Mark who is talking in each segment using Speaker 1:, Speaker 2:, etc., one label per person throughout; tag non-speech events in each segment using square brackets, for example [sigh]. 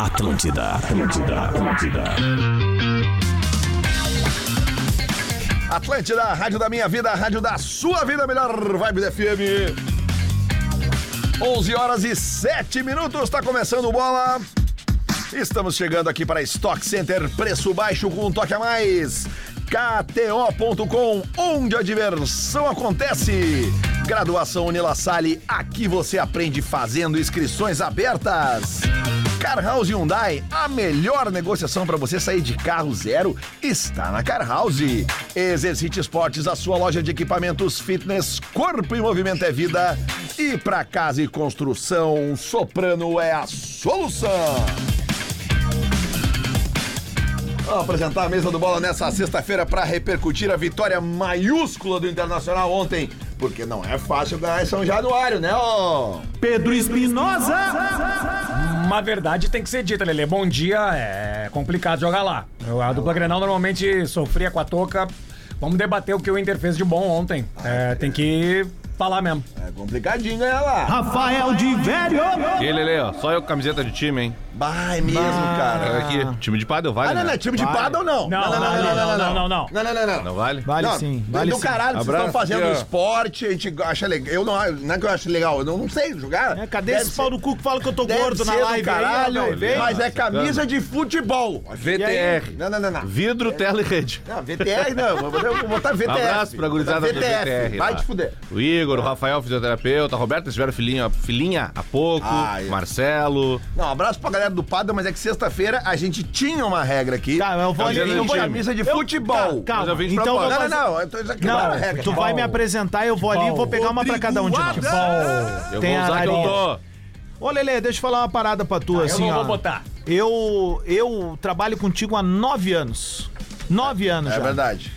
Speaker 1: Atlântida, Atlântida, Atlântida.
Speaker 2: Atlântida, a rádio da minha vida, a rádio da sua vida, a melhor vibe da FM. 11 horas e 7 minutos, está começando o bola. Estamos chegando aqui para Stock Center, preço baixo com um toque a mais. KTO.com, onde a diversão acontece. Graduação Unila Salle, aqui você aprende fazendo inscrições abertas. Car House Hyundai, a melhor negociação para você sair de carro zero está na Car House. Exercite Esportes, a sua loja de equipamentos fitness, corpo e movimento é vida. E para casa e construção, Soprano é a solução. Vamos apresentar a mesa do bola nessa sexta-feira para repercutir a vitória maiúscula do Internacional ontem. Porque não é fácil ganhar em São Januário, né, ô?
Speaker 3: Pedro Espinosa.
Speaker 4: Uma verdade tem que ser dita, Lele. Bom dia, é complicado jogar lá. Eu- A dupla Grenal normalmente sofria com a touca. Vamos debater o que o Inter fez de bom ontem. É, tem que falar mesmo.
Speaker 2: É complicadinho ganhar lá.
Speaker 3: Rafael de Velho.
Speaker 5: E Lele, ó, só eu com camiseta de time, hein?
Speaker 2: Bah, é mesmo,
Speaker 5: Olha
Speaker 2: cara.
Speaker 5: Aqui, time de padel
Speaker 2: Ah,
Speaker 5: vale,
Speaker 2: não, não,
Speaker 5: né?
Speaker 2: é time de pádel não.
Speaker 4: Não, não, não, não, não.
Speaker 2: Não, não, não, não.
Speaker 5: Não vale?
Speaker 3: Vale
Speaker 2: Não,
Speaker 3: sim,
Speaker 2: do-
Speaker 3: vale
Speaker 2: do
Speaker 3: sim.
Speaker 2: caralho, vocês
Speaker 5: Abraço,
Speaker 2: estão fazendo
Speaker 5: tia.
Speaker 2: esporte, a gente acha legal. Eu não, acho- não é que eu acho legal, eu não, não sei jogar.
Speaker 3: É, cadê
Speaker 2: Deve
Speaker 3: esse pau
Speaker 2: ser-
Speaker 3: no cu que fala que eu tô
Speaker 2: deve
Speaker 3: gordo na
Speaker 2: ser do
Speaker 3: live?
Speaker 2: caralho,
Speaker 3: aí, ó, velho?
Speaker 2: mas é camisa de futebol.
Speaker 5: VTR.
Speaker 2: Não, não, não, não.
Speaker 5: Vidro, tela e rede.
Speaker 2: Não, VTR não, eu vou- eu vou botar VTR.
Speaker 5: Um Abraço pra gurizada do VTR
Speaker 2: Vai
Speaker 5: lá.
Speaker 2: te fuder.
Speaker 5: O Igor, o Rafael, fisioterapeuta, a Roberta, tiveram filhinha, filhinha há pouco,
Speaker 2: Ah, é.
Speaker 5: Marcelo.
Speaker 2: Não, um abraço pra galera do Padre, mas é que sexta-feira a gente tinha uma regra aqui.
Speaker 3: Tá, eu vou
Speaker 2: Eu
Speaker 3: ali, eu vou-
Speaker 2: camisa de futebol.
Speaker 3: Tá,
Speaker 5: Mas
Speaker 3: calma.
Speaker 5: eu vim de
Speaker 3: Então eu
Speaker 2: Não,
Speaker 3: vou
Speaker 2: não,
Speaker 3: fazer...
Speaker 2: não, eu tô já quebraram a
Speaker 3: Não,
Speaker 2: regra.
Speaker 3: tu vai me apresentar, eu vou ali e vou pegar uma pra cada um de nós.
Speaker 2: Rodriguada!
Speaker 5: Eu
Speaker 3: Tem
Speaker 5: vou usar que eu
Speaker 3: ararinha.
Speaker 5: tô.
Speaker 3: Ô, Lele, deixa eu falar uma parada pra
Speaker 2: Ah,
Speaker 3: tu,
Speaker 4: eu
Speaker 3: assim,
Speaker 4: não
Speaker 3: ó.
Speaker 4: vou botar.
Speaker 3: Eu, eu trabalho contigo há nove anos. Nove anos
Speaker 2: É
Speaker 3: já.
Speaker 2: verdade.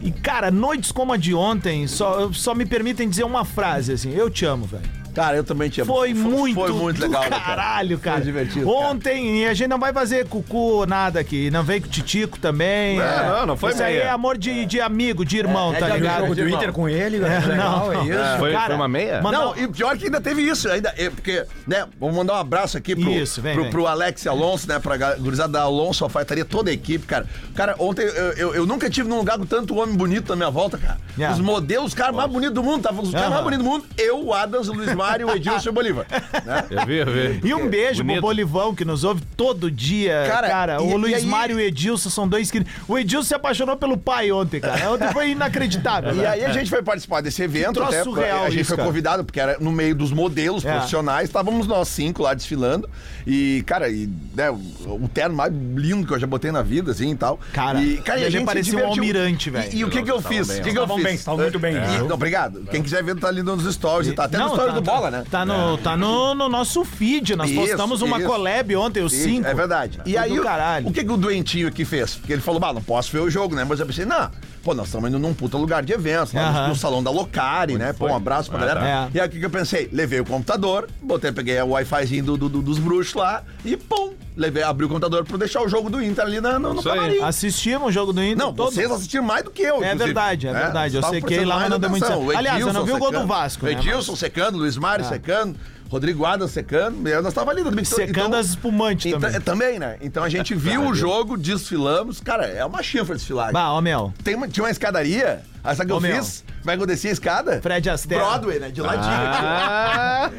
Speaker 3: E, cara, noites como a de ontem, só, só me permitem dizer uma frase, assim. Eu te amo, velho.
Speaker 2: Cara, eu também tinha.
Speaker 3: Foi muito,
Speaker 2: Foi muito
Speaker 3: do
Speaker 2: legal. né, cara?
Speaker 3: Caralho, cara.
Speaker 2: Foi divertido, cara.
Speaker 3: Ontem, e a gente não vai fazer cucu nada aqui. Não veio com o Titico também.
Speaker 5: Não, não, não foi
Speaker 3: Isso aí
Speaker 5: meia.
Speaker 3: é amor de, de amigo,
Speaker 2: É,
Speaker 3: de irmão, tá ligado?
Speaker 4: jogo do Inter com ele, é,
Speaker 3: legal, é isso.
Speaker 5: Foi,
Speaker 3: Cara,
Speaker 5: foi uma meia?
Speaker 3: mano,
Speaker 2: Não, e pior que ainda teve isso, ainda, é, porque, né, vamos mandar um abraço aqui pro,
Speaker 3: Isso, vem,
Speaker 2: pro,
Speaker 3: vem.
Speaker 2: pro Alex Alonso, né, pra gal- gurizada da Alonso Alfaiataria, toda a equipe, cara. Cara, ontem eu, eu, eu nunca tive num lugar com tanto homem bonito na minha volta, cara.
Speaker 3: Yeah.
Speaker 2: Os modelos, os caras mais bonitos do mundo, tava os caras
Speaker 3: É. Aham.
Speaker 2: mais bonitos do mundo, eu, o Adams, o Luiz Mário, o Edilson e o
Speaker 3: [laughs]
Speaker 2: Bolívar. né?
Speaker 5: Eu vi, eu vi.
Speaker 3: E um beijo
Speaker 5: Bonito.
Speaker 3: pro Bolivão, que nos ouve todo dia,
Speaker 2: Cara,
Speaker 3: cara. o
Speaker 2: e- e
Speaker 3: Luiz
Speaker 2: aí-
Speaker 3: Mário e o Edilson são dois que... O Edilson se apaixonou pelo pai ontem, cara. Ontem foi inacreditável. né?
Speaker 2: E aí a gente foi participar desse evento,
Speaker 3: É. troço
Speaker 2: até,
Speaker 3: surreal
Speaker 2: a gente
Speaker 3: isso,
Speaker 2: foi
Speaker 3: cara.
Speaker 2: convidado, porque era no meio dos modelos
Speaker 3: É.
Speaker 2: profissionais, estávamos nós cinco lá desfilando, e, cara, e, né, o, o terno mais lindo que eu já botei na vida, assim, e tal.
Speaker 3: Cara,
Speaker 2: e,
Speaker 3: ele parecia um almirante,
Speaker 2: E-
Speaker 3: velho.
Speaker 2: E, o que que eu
Speaker 5: Estavam
Speaker 2: fiz?
Speaker 5: bem,
Speaker 2: O que que eu
Speaker 4: estavam
Speaker 2: fiz?
Speaker 4: bem, estavam muito bem.
Speaker 2: E-
Speaker 4: É.
Speaker 2: não, obrigado. Quem quiser ver, tá ali nos stories, tá até nos
Speaker 3: Não,
Speaker 2: stories
Speaker 3: tá-
Speaker 2: do Bola, né?
Speaker 3: Tá no, tá no, no nosso feed. Nós
Speaker 2: Isso,
Speaker 3: postamos uma
Speaker 2: isso.
Speaker 3: collab ontem, os
Speaker 2: Sim,
Speaker 3: cinco.
Speaker 2: É verdade. E
Speaker 3: Foi
Speaker 2: aí,
Speaker 3: do
Speaker 2: o-
Speaker 3: caralho.
Speaker 2: o que, que o doentinho aqui fez? Porque ele falou, bah, não posso ver o jogo, né? Mas eu pensei, não, pô, nós estamos indo num puta lugar de eventos, lá no-
Speaker 3: Aham.
Speaker 2: no salão da Locari, né? Pô, um abraço pra galera.
Speaker 3: tá.
Speaker 2: E aí, o que, que eu pensei? Levei o computador, botei, peguei o Wi-Fizinho do, do- do- dos bruxos lá e pum, levei, abri o computador pra deixar o jogo do Inter ali na- no, no
Speaker 5: Isso aí.
Speaker 2: camarim.
Speaker 3: Assistimos o jogo do Inter.
Speaker 2: Não, vocês assistiram mais do que eu.
Speaker 3: É
Speaker 2: inclusive. né?
Speaker 3: verdade, é verdade. Eu
Speaker 2: tava
Speaker 3: sequei lá, mas não deu muito
Speaker 2: prestando
Speaker 3: certo.
Speaker 2: mais atenção.
Speaker 3: Aliás, eu não vi o gol do
Speaker 2: secando.
Speaker 3: Vasco, né, É.
Speaker 2: Edilson secando, Luiz Mário secando, Rodrigo Adas secando. e Nós estávamos ali também. Então-
Speaker 3: Secando
Speaker 2: então-
Speaker 3: as espumantes
Speaker 2: então-
Speaker 3: também.
Speaker 2: é, também, né? Então
Speaker 3: [laughs]
Speaker 2: a gente viu o jogo, desfilamos. Cara, é uma chifra desfilar.
Speaker 3: Bah, ó, meu.
Speaker 2: Tem uma, tinha uma escadaria, essa que eu
Speaker 3: Ô, meu.
Speaker 2: fiz. Vai acontecer a escada?
Speaker 3: Fred Astaire.
Speaker 2: Broadway, né? De ladinho. [laughs]
Speaker 5: Ah,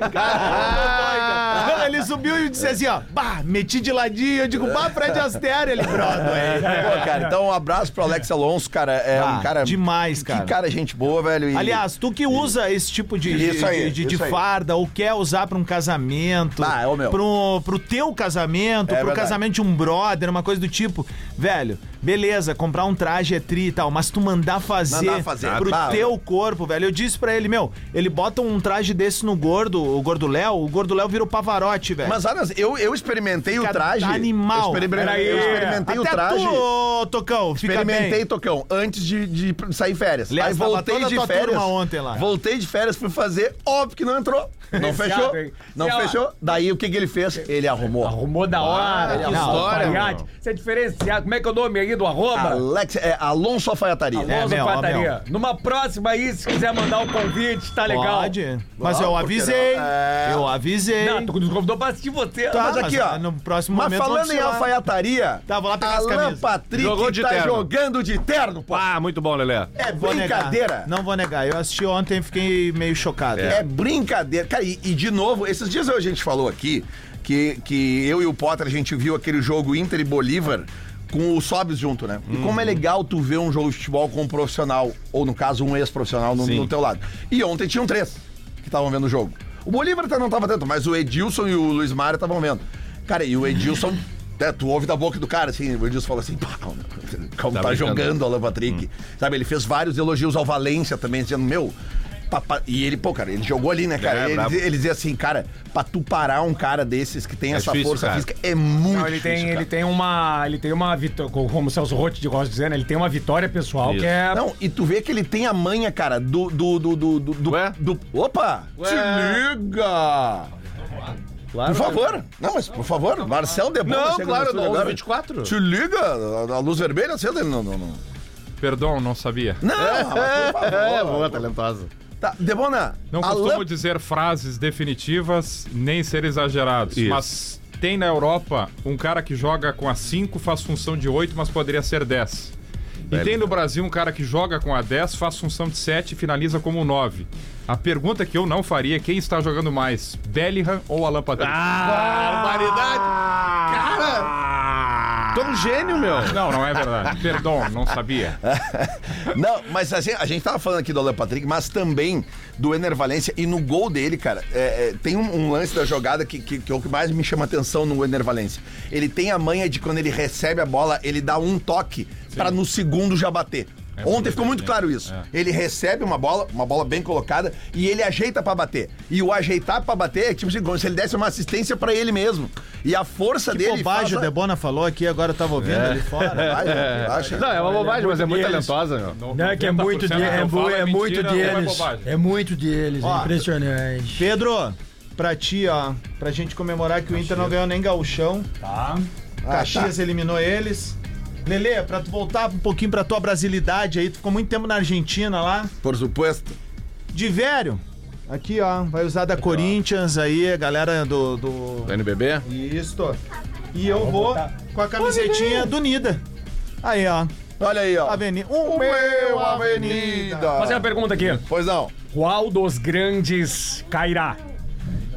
Speaker 2: Ah!
Speaker 3: Mano, ele subiu e disse assim, ó, bah, meti de ladinho. Eu digo, bah, Fred Astaire, ele Broadway.
Speaker 2: Pô, cara, então um abraço pro Alex Alonso, cara. É
Speaker 3: Ah,
Speaker 2: um cara.
Speaker 3: demais, cara.
Speaker 2: Que cara, gente boa, velho. e-
Speaker 3: Aliás, tu que usa esse tipo de, de-
Speaker 2: Isso aí,
Speaker 3: de, de
Speaker 2: isso aí.
Speaker 3: farda ou quer usar pra um casamento,
Speaker 2: Ah, é o meu.
Speaker 3: Pro, pro teu casamento,
Speaker 2: É
Speaker 3: pro
Speaker 2: verdade.
Speaker 3: casamento de um brother, uma coisa do tipo, velho, beleza, comprar um traje é tri e tal, mas tu mandar fazer,
Speaker 2: Mandar fazer,
Speaker 3: pro
Speaker 2: tá.
Speaker 3: teu corpo, velho. Eu disse pra ele, meu, ele bota um traje desse no gordo, o gordo Léo, o gordo Léo vira o Pavarotti, velho.
Speaker 2: Mas, Aras, eu, eu experimentei o
Speaker 3: Cara,
Speaker 2: traje.
Speaker 3: tá animal.
Speaker 2: Eu experimentei, eu
Speaker 4: Peraí.
Speaker 2: experimentei o
Speaker 3: Até
Speaker 2: traje.
Speaker 3: tu, ô, Tocão, fica
Speaker 2: Experimentei,
Speaker 3: bem.
Speaker 2: Tocão, antes de, de sair férias.
Speaker 3: Aliás,
Speaker 2: Aí
Speaker 3: tava
Speaker 2: voltei
Speaker 3: toda a
Speaker 2: de
Speaker 3: tua
Speaker 2: férias.
Speaker 3: turma ontem lá.
Speaker 2: Voltei de férias, fui fazer, óbvio que não entrou. Não fechou.
Speaker 4: hein?
Speaker 2: Não
Speaker 4: E, ó,
Speaker 2: fechou. Daí
Speaker 3: É.
Speaker 2: o que, que ele fez? Ele arrumou.
Speaker 4: Arrumou da hora,
Speaker 5: ele
Speaker 4: que
Speaker 5: arrumou.
Speaker 4: variedade. Isso é diferenciado. Como é que é o nome aí? querido arroba.
Speaker 2: Alex, é Alonso Alfaiataria.
Speaker 4: Alonso
Speaker 3: Ah, É, meu, ó,
Speaker 4: Pataria. Numa próxima aí, se quiser mandar o convite, tá legal.
Speaker 3: Pode. Mas
Speaker 2: Ah,
Speaker 3: eu
Speaker 2: por que
Speaker 3: avisei.
Speaker 2: não? É.
Speaker 3: Eu avisei.
Speaker 4: Não, tu nos convidou pra assistir você.
Speaker 3: Tá,
Speaker 2: mas aqui, ó.
Speaker 3: No próximo
Speaker 2: Mas
Speaker 3: momento
Speaker 2: falando
Speaker 3: vamos
Speaker 2: em
Speaker 3: tirar.
Speaker 2: alfaiataria,
Speaker 3: Tá, vou lá pegar as
Speaker 2: Alan
Speaker 3: camisas.
Speaker 5: Jogou
Speaker 2: Patrick
Speaker 5: de
Speaker 2: tá
Speaker 5: terno.
Speaker 2: jogando de terno, pô.
Speaker 5: Ah, muito bom, Lelé.
Speaker 2: É
Speaker 3: Vou negar.
Speaker 2: brincadeira.
Speaker 3: Não vou negar. Eu assisti ontem e fiquei meio chocado.
Speaker 2: É brincadeira. Cara, e, e de novo, esses dias a gente falou aqui que, que eu e o Potter, a gente viu aquele jogo Inter e Bolívar com o Sobs junto, né? E como é legal tu ver um jogo de futebol com um profissional, ou no caso, um ex-profissional no,
Speaker 5: Sim.
Speaker 2: no teu lado. E ontem tinham três que estavam vendo o jogo. O Bolívar até não tava tanto, mas o Edilson e o Luiz Mário estavam vendo. Cara, e o Edilson. né, tu ouve da boca do cara, assim, o Edilson falou assim, "Pá, como
Speaker 5: Tá
Speaker 2: tá,
Speaker 5: brincando.
Speaker 2: jogando o Alan
Speaker 5: Hum.
Speaker 2: Patrick. Sabe, ele fez vários elogios ao Valência também, dizendo, meu. pa- pa- E ele, pô, cara, ele jogou ali, né, cara?
Speaker 5: É,
Speaker 2: ele,
Speaker 5: brabo.
Speaker 2: ele dizia assim, cara, pra tu parar um cara desses que tem essa
Speaker 5: difícil,
Speaker 2: força
Speaker 5: cara.
Speaker 2: física é muito
Speaker 4: Não, ele tem,
Speaker 2: difícil, cara.
Speaker 4: ele tem uma. Ele tem uma vitória. Como o Celso Rotti gosta de dizer, né? Ele tem uma vitória pessoal
Speaker 5: Isso.
Speaker 4: que é.
Speaker 2: Não, e tu vê que ele tem a manha, cara, do. do, do, do, do, do-
Speaker 5: Ué?
Speaker 2: do- Opa!
Speaker 5: Ué?
Speaker 2: Te liga! Por favor, não, mas por favor, Marcel de Bomba
Speaker 5: Não,
Speaker 2: chega no
Speaker 5: claro,
Speaker 2: estúdio
Speaker 5: não,
Speaker 2: agora.
Speaker 5: 24.
Speaker 2: Te liga, a, a luz vermelha acende. Não, não, não.
Speaker 6: Perdão, não sabia.
Speaker 2: Não, mas por
Speaker 5: é,
Speaker 2: favor.
Speaker 5: talentosa.
Speaker 2: Tá, Debona,
Speaker 6: Não costumo dizer frases definitivas nem ser exagerados,
Speaker 5: Isso.
Speaker 6: mas tem na Europa um cara que joga com a 5, faz função de 8, mas poderia ser 10. E tem no Brasil um cara que joga com a 10, faz função de 7 e finaliza como 9. A pergunta que eu não faria é quem está jogando mais, Bellingham ou Alan Patrick?
Speaker 7: Ah!
Speaker 5: Barbaridade. Cara, tu é um gênio, meu.
Speaker 6: Não, não é verdade. Perdão, não sabia.
Speaker 2: Não, mas a gente, a gente tava falando aqui do Alan Patrick, mas também do Ener Valência. E no gol dele, cara, é, é, tem um, um lance da jogada que, que, que é o que mais me chama atenção no Ener Valência. Ele tem a manha de quando ele recebe a bola, ele dá um toque pra no segundo já bater.
Speaker 5: É
Speaker 2: Ontem ficou
Speaker 5: né?
Speaker 2: muito claro isso. Ele recebe uma bola, uma bola bem colocada, e ele ajeita pra bater. E o ajeitar pra bater é tipo assim, como se ele desse uma assistência pra ele mesmo. E a força
Speaker 3: Que
Speaker 2: dele.
Speaker 3: bobagem o
Speaker 2: faz a-
Speaker 3: Debona falou aqui, agora eu tava ouvindo ali fora. [laughs]
Speaker 2: Vai, né? Acha?
Speaker 5: Não, é uma bobagem, mas é muito talentosa, meu.
Speaker 7: Não, é que é muito, de,
Speaker 6: 90%
Speaker 7: é,
Speaker 6: não
Speaker 7: bu-
Speaker 6: fala
Speaker 7: é
Speaker 6: mentira,
Speaker 7: muito
Speaker 6: não é
Speaker 7: deles.
Speaker 6: bobagem.
Speaker 7: É muito deles,
Speaker 3: Ó,
Speaker 7: é impressionante.
Speaker 3: Pedro, pra ti, ó, pra gente comemorar que o Inter não ganhou nem gauchão.
Speaker 4: Tá.
Speaker 3: Caxias eliminou eles. Lele, pra tu voltar um pouquinho pra tua brasilidade aí, tu ficou muito tempo na Argentina lá.
Speaker 2: Por supuesto.
Speaker 3: De velho, aqui ó, vai usar da Corinthians aí, a galera do... do...
Speaker 5: Do NBB?
Speaker 3: Isso. E eu vou com a camisetinha do Nida. Aí ó,
Speaker 2: Olha aí, ó.
Speaker 3: avenida.
Speaker 2: O meu Avenida.
Speaker 4: Fazer uma pergunta aqui.
Speaker 2: Pois não.
Speaker 4: Qual dos grandes cairá?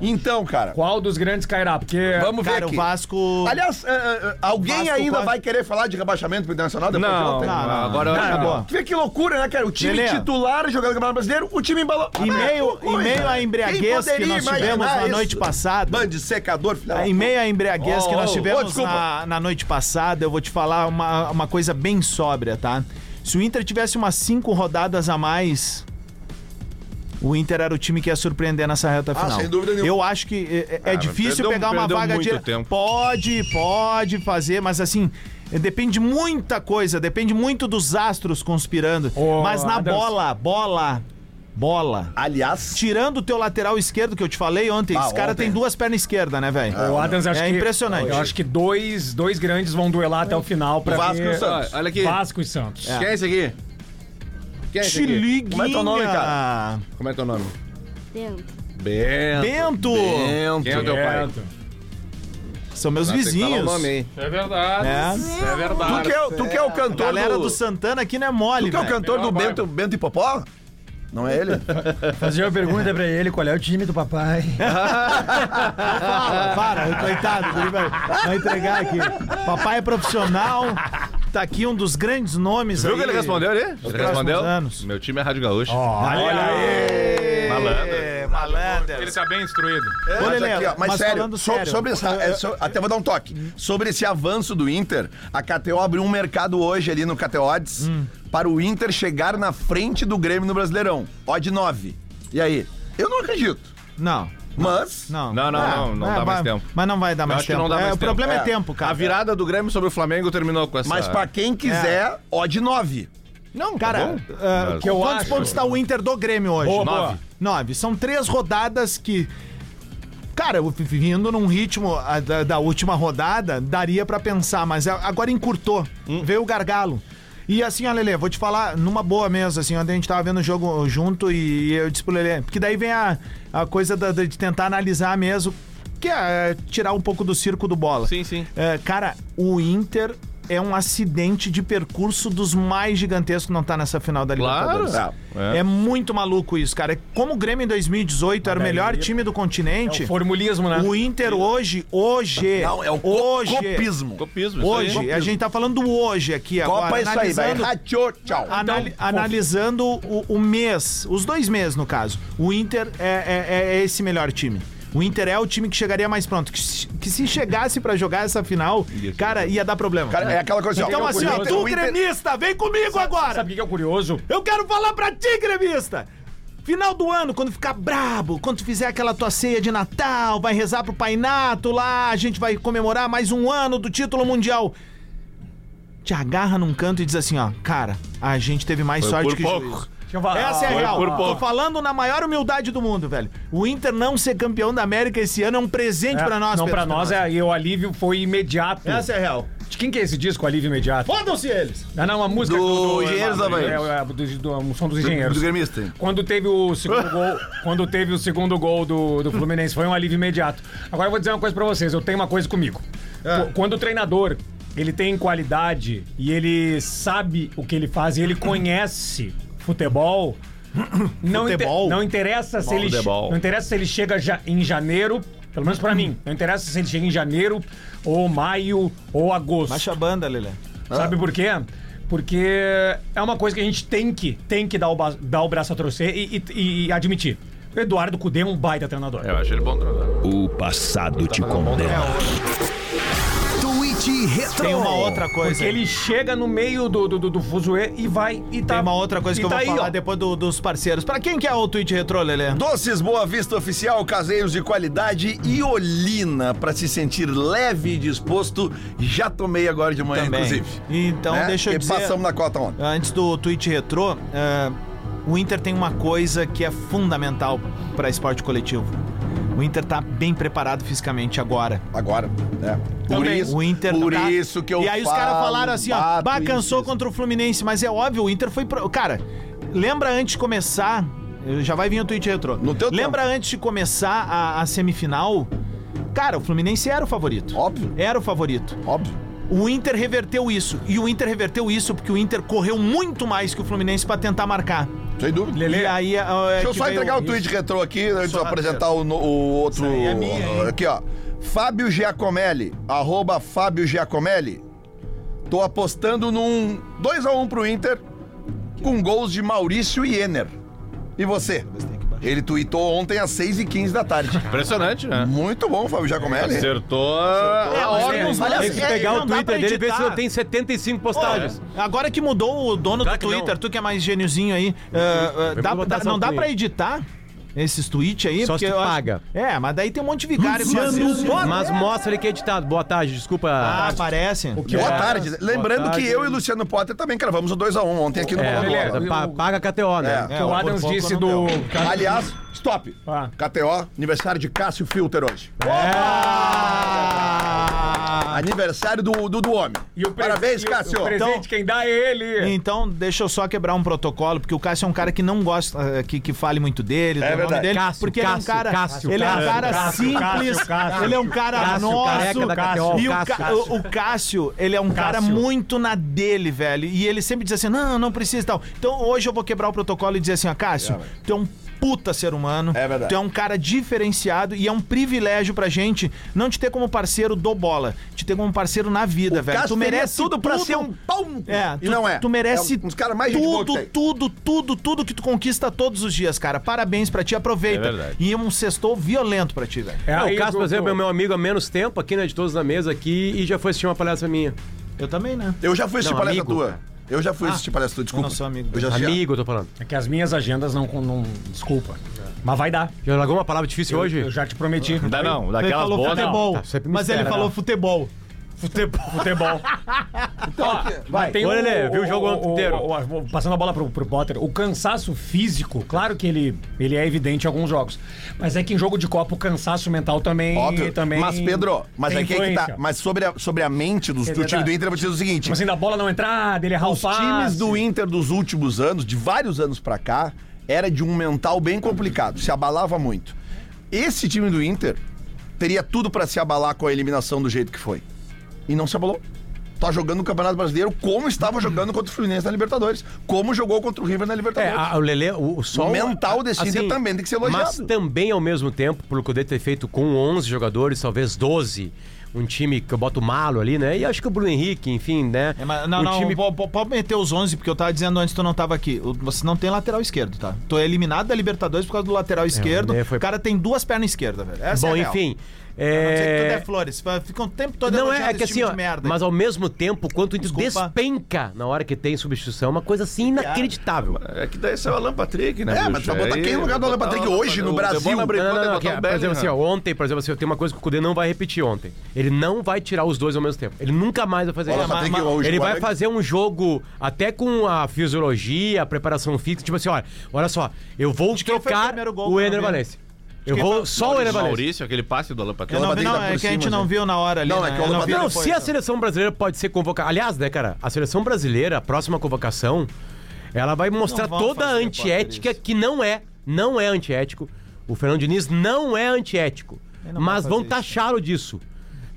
Speaker 2: Então, cara,
Speaker 4: Qual dos grandes cairá? Porque.
Speaker 2: vamos ver
Speaker 3: Cara, o
Speaker 2: aqui.
Speaker 3: Vasco...
Speaker 2: Aliás, é, é, é, alguém
Speaker 3: Vasco
Speaker 2: ainda
Speaker 3: quase-
Speaker 2: vai querer falar de rebaixamento pro Internacional depois de ontem?
Speaker 3: não, não.
Speaker 5: agora eu acho que
Speaker 3: Acabou.
Speaker 2: Tu vê que loucura, né, cara? O time
Speaker 3: Lelê.
Speaker 2: titular jogando no Campeonato Brasileiro, o time embalou.
Speaker 3: Em meio,
Speaker 2: Ah,
Speaker 3: em meio à embriaguez
Speaker 2: Quem
Speaker 3: que nós
Speaker 2: poderia
Speaker 3: tivemos
Speaker 2: imaginar
Speaker 3: na
Speaker 2: isso?
Speaker 3: noite passada.
Speaker 2: Band secador, filha. da
Speaker 3: Em
Speaker 2: puta.
Speaker 3: meio à embriaguez
Speaker 2: Oh,
Speaker 3: que nós
Speaker 2: oh, oh,
Speaker 3: tivemos
Speaker 2: desculpa.
Speaker 3: na, na noite passada, eu vou te falar uma, uma coisa bem sóbria, tá? Se o Inter tivesse umas cinco rodadas a mais, o Inter era o time que ia surpreender nessa reta final.
Speaker 2: sem dúvida nenhuma.
Speaker 3: Eu acho que é, é
Speaker 5: Ah,
Speaker 3: difícil
Speaker 5: perdeu-
Speaker 3: pegar uma
Speaker 5: perdeu
Speaker 3: vaga
Speaker 5: muito
Speaker 3: de.
Speaker 5: tempo.
Speaker 3: Pode, pode fazer, mas assim. Depende de muita coisa, depende muito dos astros conspirando.
Speaker 4: Ô,
Speaker 3: mas na
Speaker 4: Adams.
Speaker 3: bola, bola, bola.
Speaker 2: Aliás,
Speaker 3: Tirando o teu lateral esquerdo que eu te falei ontem,
Speaker 2: Ah,
Speaker 3: esse cara
Speaker 2: ontem.
Speaker 3: tem duas pernas esquerdas, né, velho?
Speaker 4: O Adams acho
Speaker 3: É
Speaker 4: que-
Speaker 3: impressionante.
Speaker 4: Eu acho que dois, dois grandes vão duelar até o final
Speaker 2: o
Speaker 4: pra
Speaker 2: Vasco e
Speaker 4: ver-
Speaker 2: o Santos.
Speaker 5: Olha aqui.
Speaker 4: Vasco e Santos.
Speaker 5: Quem é esse aqui? Quem é esse aqui?
Speaker 3: Chiliguinha.
Speaker 2: Como é teu nome,
Speaker 3: cara?
Speaker 5: Como é teu nome?
Speaker 8: Dentro.
Speaker 5: Bento.
Speaker 3: Bento.
Speaker 5: Quem é o teu pai?
Speaker 4: Certo.
Speaker 3: São meus
Speaker 5: Ah, Tem que falar
Speaker 3: vizinhos.
Speaker 5: o nome, hein?
Speaker 6: É verdade.
Speaker 3: É.
Speaker 6: É
Speaker 2: Tu
Speaker 6: verdade.
Speaker 2: que, é, o- tu que é o cantor
Speaker 3: Galera
Speaker 2: do...
Speaker 3: do Santana aqui não é mole,
Speaker 2: Tu que é o
Speaker 3: velho.
Speaker 2: cantor do
Speaker 6: Melhor
Speaker 2: Bento, Bento e Popó? Não é ele?
Speaker 7: Fazer uma pergunta pra ele, qual é o time do papai?
Speaker 3: Fala, Ah, para, coitado, ele vai, vai entregar aqui. Papai é profissional, tá aqui um dos grandes nomes
Speaker 5: Viu
Speaker 3: aí.
Speaker 5: que ele respondeu ali? Ele respondeu?
Speaker 3: próximos anos.
Speaker 5: Meu time é Rádio Gaúcho.
Speaker 4: Olha
Speaker 3: Aê,
Speaker 5: Malandro.
Speaker 3: malandro.
Speaker 6: Ele tá bem instruído.
Speaker 3: Ô,
Speaker 2: Mas,
Speaker 3: Lelê,
Speaker 2: aqui, ó, mas
Speaker 3: mas
Speaker 2: sério,
Speaker 3: falando
Speaker 2: so-
Speaker 3: sério. Hum.
Speaker 2: sobre essa. é, so- até vou dar um toque. Sobre esse avanço do Inter, a KTO abriu um mercado hoje ali no KTO Odds
Speaker 3: Hum.
Speaker 2: para o Inter chegar na frente do Grêmio no Brasileirão. Odd 9. E aí? Eu não acredito.
Speaker 3: Não,
Speaker 2: Mas.
Speaker 3: não.
Speaker 5: Não, não,
Speaker 3: Ah,
Speaker 5: não, não
Speaker 3: ah,
Speaker 5: dá mais
Speaker 3: vai-
Speaker 5: tempo.
Speaker 3: Mas não vai dar mais
Speaker 5: acho que
Speaker 3: tempo.
Speaker 5: não dá
Speaker 3: É,
Speaker 5: mais
Speaker 3: O
Speaker 5: tempo.
Speaker 3: problema é
Speaker 2: É.
Speaker 3: tempo, cara.
Speaker 5: A virada do Grêmio sobre o Flamengo terminou com essa.
Speaker 2: Mas pra quem
Speaker 3: É.
Speaker 2: quiser, odd 9.
Speaker 3: Não, cara,
Speaker 5: bom?
Speaker 3: ah,
Speaker 5: Mas-
Speaker 3: com
Speaker 5: é, Eu
Speaker 3: quantos
Speaker 5: acho.
Speaker 3: pontos está o Inter do Grêmio hoje?
Speaker 4: Boa,
Speaker 5: Nove.
Speaker 4: boa.
Speaker 3: Nove. São três rodadas que. Cara, o- vindo num ritmo ah, da, da última rodada, daria pra pensar, mas a- agora encurtou.
Speaker 5: Hum.
Speaker 3: Veio o gargalo. E assim, ó, Lelê, vou te falar numa boa mesmo, assim, onde a gente tava vendo o jogo junto e eu disse pro Lelê. Porque daí vem a, a coisa da- da- de tentar analisar mesmo, que é tirar um pouco do circo do bola.
Speaker 5: Sim, sim.
Speaker 3: É, cara, o Inter é um acidente de percurso dos mais gigantescos que não tá nessa final da
Speaker 5: Claro.
Speaker 3: Libertadores.
Speaker 5: É.
Speaker 3: É muito maluco isso, cara. Como o Grêmio em 2018 era o melhor time do continente,
Speaker 4: É o formulismo, né?
Speaker 3: o Inter hoje, hoje,
Speaker 2: Não, é o co-
Speaker 3: hoje,
Speaker 2: copismo.
Speaker 5: Copismo, isso aí.
Speaker 3: hoje, a gente tá falando do hoje aqui agora,
Speaker 2: Copa é isso aí, vai.
Speaker 3: analisando, Então,
Speaker 2: Ratio, tchau.
Speaker 3: anali- analisando o, o mês, os dois meses no caso. O Inter é, é- é esse melhor time. O Inter é o time que chegaria mais pronto. Que se, que se chegasse pra jogar essa final, cara, ia dar problema.
Speaker 2: Cara, é aquela coisa
Speaker 3: então,
Speaker 2: ó,
Speaker 3: assim,
Speaker 2: o
Speaker 3: ó,
Speaker 2: Inter-
Speaker 3: tu
Speaker 2: o Inter-
Speaker 3: gremista, vem comigo agora!
Speaker 4: Sabe o que é o curioso?
Speaker 3: Eu quero falar pra ti, gremista! Final do ano, quando ficar brabo, quando tu fizer aquela tua ceia de Natal, vai rezar pro Pai Nato lá, a gente vai comemorar mais um ano do título mundial. Te agarra num canto e diz assim, ó, cara, a gente teve mais sorte
Speaker 5: por
Speaker 3: que
Speaker 5: pouco.
Speaker 3: juízo.
Speaker 4: Deixa eu falar.
Speaker 3: Essa é a real.
Speaker 5: por
Speaker 3: Tô
Speaker 5: pouco.
Speaker 3: falando na maior humildade do mundo, velho. O Inter não ser campeão da América esse ano é um presente
Speaker 4: É,
Speaker 3: pra nós,
Speaker 4: Não,
Speaker 3: Pedro
Speaker 4: pra nós é, e o alívio foi imediato.
Speaker 3: Espinosa. Essa é a real.
Speaker 4: De quem que é esse disco, Alívio Imediato?
Speaker 3: Fodam-se eles!
Speaker 4: Não, não, uma música
Speaker 8: Do
Speaker 4: é,
Speaker 8: Engenheiros
Speaker 4: é,
Speaker 8: da Bahia.
Speaker 4: é, é, do, do, um som dos engenheiros.
Speaker 8: Do gremista.
Speaker 4: Quando teve o segundo gol, quando teve o segundo gol do, do Fluminense, foi um alívio imediato. Agora eu vou dizer uma coisa pra vocês, eu tenho uma coisa comigo. Qu- Quando o treinador, ele tem qualidade e ele sabe o que ele faz e ele conhece futebol, [clears throat] não, inter-
Speaker 3: Futebol?
Speaker 4: não interessa se ele
Speaker 5: Futebol.
Speaker 4: não interessa se ele chega já em janeiro, pelo menos pra mim, não interessa se ele chega em janeiro ou maio ou agosto.
Speaker 3: Baixa a banda, Lelé.
Speaker 9: Ah.
Speaker 4: Sabe por quê? Porque é uma coisa que a gente tem que, tem que dar o, ba- dar o braço a torcer e, e- e admitir. O Eduardo Cudê é um baita treinador.
Speaker 5: Eu acho ele bom treinador.
Speaker 1: O passado te condena.
Speaker 3: Tem uma outra coisa.
Speaker 4: Porque ele chega no meio do, do, do, do fuzuê e vai e tá.
Speaker 3: Tem uma outra coisa
Speaker 4: e
Speaker 3: que eu
Speaker 4: tá
Speaker 3: vou
Speaker 4: aí,
Speaker 3: falar
Speaker 4: ó.
Speaker 3: depois do- dos parceiros. Pra quem que é o tweet retrô, Lelê?
Speaker 2: Doces Boa Vista Oficial, caseiros de qualidade e olina para se sentir leve e disposto. Já tomei agora de manhã, inclusive.
Speaker 3: Então,
Speaker 2: Né?
Speaker 3: deixa eu
Speaker 2: e
Speaker 3: dizer...
Speaker 2: passamos na cota ontem.
Speaker 3: Antes do tweet retrô, é, o Inter tem uma coisa que é fundamental pra esporte coletivo. O Inter tá bem preparado fisicamente agora.
Speaker 2: Agora, né? Por
Speaker 3: Também.
Speaker 2: isso,
Speaker 3: o Inter
Speaker 2: por
Speaker 3: tá-
Speaker 2: isso que eu
Speaker 3: E aí os caras
Speaker 2: falo,
Speaker 3: falaram assim, ó,
Speaker 2: bato
Speaker 3: bah,
Speaker 2: e
Speaker 3: cansou
Speaker 2: insisto.
Speaker 3: contra o Fluminense, mas é óbvio, o Inter foi pro... Cara, lembra antes de começar, eh, já vai vir o tweet retrô.
Speaker 2: No teu
Speaker 3: lembra antes de começar a, a semifinal? Cara, o Fluminense era o favorito.
Speaker 2: Óbvio.
Speaker 3: Era o favorito.
Speaker 2: Óbvio.
Speaker 3: O Inter reverteu isso. E o Inter reverteu isso porque o Inter correu muito mais que o Fluminense pra tentar marcar.
Speaker 2: Sem dúvida.
Speaker 3: E aí. é, é
Speaker 2: Deixa eu
Speaker 3: que
Speaker 2: só
Speaker 3: veio
Speaker 2: entregar o tweet retrô aqui, antes de eu apresentar o, no- o outro. aqui, ó. Fábio Giacomelli, arroba Fábio Giacomelli. Tô apostando um, num 2x1 pro Inter, com gols de Maurício e Ener. E você? Ele tweetou ontem às 6h15 da tarde.
Speaker 5: Impressionante, né?
Speaker 2: Muito bom, Fábio Giacomelli.
Speaker 5: Acertou a
Speaker 3: mas
Speaker 5: ordem.
Speaker 3: é,
Speaker 9: Aliás,
Speaker 3: Tem que
Speaker 9: se pegar
Speaker 3: não dá
Speaker 9: o
Speaker 3: pra
Speaker 9: Twitter dele e ver se
Speaker 3: editar.
Speaker 9: ele tem 75 postagens.
Speaker 3: É. Agora que mudou o dono
Speaker 9: Claro
Speaker 3: do
Speaker 9: que não.
Speaker 3: Twitter, tu que é mais gêniozinho aí, ah, ah, dá-
Speaker 9: pra botar
Speaker 3: dá-
Speaker 9: só
Speaker 3: não
Speaker 9: o
Speaker 3: dá
Speaker 9: Twitter.
Speaker 3: pra editar esses tweets aí?
Speaker 9: Só
Speaker 3: porque
Speaker 9: se tu
Speaker 3: eu acho-
Speaker 9: paga.
Speaker 3: É, mas daí tem um monte de vigário fazendo.
Speaker 9: Mas mostra ali que é editado. Boa tarde, desculpa.
Speaker 3: Ah, aparece.
Speaker 9: é?
Speaker 2: Boa tarde. Lembrando
Speaker 9: Boa
Speaker 2: que
Speaker 9: tarde.
Speaker 2: eu e Luciano Potter também cravamos o 2x1 ontem aqui no
Speaker 9: É,
Speaker 2: Bola do
Speaker 4: beleza.
Speaker 2: Bola.
Speaker 9: pa- paga a KTO, né?
Speaker 2: É.
Speaker 3: É,
Speaker 4: o
Speaker 3: por
Speaker 4: Adams
Speaker 3: pouco
Speaker 4: disse
Speaker 3: não
Speaker 4: do.
Speaker 2: Aliás, stop.
Speaker 4: Ah.
Speaker 2: KTO, aniversário de Cássio Filter hoje.
Speaker 3: Ah!
Speaker 2: Aniversário do, do, do homem.
Speaker 4: E o pre-
Speaker 2: Parabéns,
Speaker 4: e o-
Speaker 2: Cássio.
Speaker 4: O presente
Speaker 3: Então-
Speaker 4: quem dá é ele.
Speaker 3: Então, deixa eu só quebrar um protocolo, porque o Cássio é um cara que não gosta eh, que, que fale muito dele, do nome
Speaker 2: É verdade.
Speaker 3: dele.
Speaker 9: Cássio,
Speaker 3: porque
Speaker 9: Cássio,
Speaker 3: ele é um cara,
Speaker 9: Cássio,
Speaker 3: ele é um
Speaker 9: Cássio,
Speaker 3: cara
Speaker 4: Cássio,
Speaker 3: simples,
Speaker 4: Cássio, Cássio,
Speaker 3: ele é um cara
Speaker 9: Cássio,
Speaker 3: nosso.
Speaker 9: careca da KTO,
Speaker 3: e o,
Speaker 9: Cássio,
Speaker 3: Ca-
Speaker 9: Cássio.
Speaker 3: o- o Cássio, ele é um cara
Speaker 4: Cássio.
Speaker 3: muito na dele, velho. E ele sempre diz assim: não, não precisa e tal. Então, hoje eu vou quebrar o protocolo e dizer assim: ó, Cássio, tu é um puta ser humano.
Speaker 2: É verdade.
Speaker 3: Tu é um cara diferenciado e é um privilégio pra gente não te ter como parceiro do bola, te ter como parceiro na vida, Então, velho.
Speaker 2: Cássio
Speaker 3: tu merece
Speaker 2: teria tudo pra
Speaker 3: tudo.
Speaker 2: ser um pau no cu.
Speaker 3: É,
Speaker 2: E
Speaker 3: tu,
Speaker 2: não é.
Speaker 3: Tu merece
Speaker 2: É um dos caras mais gente boa que
Speaker 3: tudo,
Speaker 2: tem.
Speaker 3: tudo, tudo, tudo que tu conquista todos os dias, cara. Parabéns pra ti, aproveita.
Speaker 5: É verdade.
Speaker 3: E é um sextou violento pra ti, velho.
Speaker 4: É,
Speaker 9: Não,
Speaker 4: aí
Speaker 9: o Cássio,
Speaker 4: do-
Speaker 9: por exemplo, é meu amigo há menos tempo aqui, né? De todos na mesa aqui, e já foi assistir uma palestra minha.
Speaker 3: Eu também, né?
Speaker 2: Eu já fui assistir
Speaker 9: Não,
Speaker 2: palestra
Speaker 9: amigo,
Speaker 2: tua.
Speaker 9: cara.
Speaker 2: Eu já fui assistir palestra tua, desculpa.
Speaker 3: eu Ah, não sou amigo
Speaker 2: Eu já assisti.
Speaker 9: Amigo, eu tô falando.
Speaker 4: É que as minhas agendas não. não desculpa. Mas vai dar.
Speaker 9: É. Já largou uma palavra difícil
Speaker 4: Eu,
Speaker 9: hoje?
Speaker 4: eu já te prometi.
Speaker 5: Dá não,
Speaker 3: Ele
Speaker 5: daquelas
Speaker 3: falou
Speaker 5: boas. não.
Speaker 3: futebol,
Speaker 2: né?
Speaker 9: Tá, sempre me
Speaker 3: mas
Speaker 9: espera,
Speaker 3: ele
Speaker 9: né? [laughs]
Speaker 3: falou futebol. Futebol.
Speaker 4: Futebol. Vai, tem
Speaker 9: Então,
Speaker 4: um-
Speaker 9: Olha, Lê, viu o jogo
Speaker 4: o-
Speaker 9: inteiro.
Speaker 4: o- o- o- passando a bola pro, pro Potter, o cansaço físico, claro que ele, ele é evidente em alguns jogos. Mas é que em jogo de Copa o cansaço mental também.
Speaker 2: Óbvio.
Speaker 4: também
Speaker 2: mas, Pedro, mas
Speaker 4: tem
Speaker 2: aí que é que tá.
Speaker 4: influência.
Speaker 2: Mas sobre a, sobre a mente dos-
Speaker 4: É
Speaker 2: do time
Speaker 4: verdade.
Speaker 2: do Inter, eu vou te dizer o seguinte:
Speaker 4: Tipo assim, da bola não entrar, dele errar
Speaker 2: os
Speaker 4: o passe.
Speaker 2: times do Inter dos últimos anos, de vários anos pra cá, era de um mental bem complicado, se abalava muito. Esse time do Inter teria tudo pra se abalar com a eliminação do jeito que foi. E não se abalou. Tá jogando no Campeonato Brasileiro como estava jogando contra o Fluminense na Libertadores, como jogou contra o River na
Speaker 9: É,
Speaker 2: Libertadores.
Speaker 9: a- o Lelê, o, o sol. assim,
Speaker 2: O mental desse Inter também tem que ser elogiado.
Speaker 9: Mas também, ao mesmo tempo, pelo Cudê ter feito com 11 jogadores, talvez 12. Um time que eu boto o malo ali, né? E acho que o Bruno Henrique, enfim, né?
Speaker 3: É, mas não,
Speaker 9: o
Speaker 3: não,
Speaker 9: time...
Speaker 3: po- po- pode meter os 11, porque eu tava dizendo antes que tu não tava aqui. O- Você não tem lateral esquerdo, tá? Tô eliminado da Libertadores por causa do lateral
Speaker 2: É,
Speaker 3: esquerdo.
Speaker 9: né, foi-
Speaker 3: O cara tem duas pernas esquerdas, velho. Essa é
Speaker 9: Bom,
Speaker 3: a real.
Speaker 9: enfim.
Speaker 3: A não ser que tudo
Speaker 9: É...
Speaker 3: é flores. Fa- Fica um tempo todo
Speaker 9: Não, é,
Speaker 3: elogiando
Speaker 9: é que
Speaker 3: esse
Speaker 9: assim,
Speaker 3: time
Speaker 9: ó,
Speaker 3: de merda.
Speaker 9: mas ao mesmo tempo, quanto o Inter
Speaker 3: Desculpa.
Speaker 9: despenca na hora que tem substituição, é uma coisa assim inacreditável.
Speaker 5: É que daí saiu o Alan Patrick, né?
Speaker 2: É,
Speaker 5: bicho?
Speaker 2: mas tu vai botar
Speaker 5: Aí
Speaker 2: quem no lugar do Alan
Speaker 5: botar o
Speaker 2: Patrick hoje no
Speaker 5: o
Speaker 2: Brasil?
Speaker 5: Debona
Speaker 9: Não,
Speaker 5: Abreu
Speaker 9: não,
Speaker 5: vai
Speaker 9: não,
Speaker 5: botar
Speaker 9: que
Speaker 5: o
Speaker 9: é, por
Speaker 5: Bellingham.
Speaker 9: exemplo, assim, ó, ontem, por exemplo, assim, tem uma coisa que o Cudê não vai repetir ontem. Ele não vai tirar os dois ao mesmo tempo. Ele nunca mais vai fazer
Speaker 2: Olha,
Speaker 9: isso.
Speaker 2: mas tem que- o
Speaker 9: ele
Speaker 2: Uruguai vai-
Speaker 9: vai fazer um jogo até com a fisiologia, a preparação física, tipo assim, olha, olha só, eu vou
Speaker 3: quem foi o
Speaker 9: trocar
Speaker 3: primeiro gol
Speaker 9: o
Speaker 3: que eu
Speaker 9: Ener
Speaker 3: vi?
Speaker 9: Valencia. Eu
Speaker 3: quem
Speaker 9: vou
Speaker 3: foi?
Speaker 9: só o Ener Valencia.
Speaker 5: Maurício, aquele passe do Alan Patrick.
Speaker 3: Eu não,
Speaker 2: Ela
Speaker 3: vi-
Speaker 2: vai
Speaker 3: não,
Speaker 2: deitar
Speaker 3: é
Speaker 2: por
Speaker 3: que a gente
Speaker 2: cima,
Speaker 3: não
Speaker 2: gente.
Speaker 3: viu na hora ali.
Speaker 2: Não, é
Speaker 3: né?
Speaker 2: que o
Speaker 3: Eu
Speaker 2: Lombardi-
Speaker 3: vi
Speaker 9: Não,
Speaker 3: depois,
Speaker 9: se a
Speaker 3: né?
Speaker 9: seleção brasileira pode ser convocada. Aliás, né, cara? A seleção brasileira, a próxima convocação, ela vai mostrar
Speaker 3: vão
Speaker 9: toda a
Speaker 3: fazer,
Speaker 9: antiética
Speaker 3: Potter,
Speaker 9: que não é, não é antiético. O Fernando Diniz não é antiético.
Speaker 3: Ele não
Speaker 9: mas
Speaker 3: vai
Speaker 9: vão
Speaker 3: fazer isso.
Speaker 9: taxá-lo disso.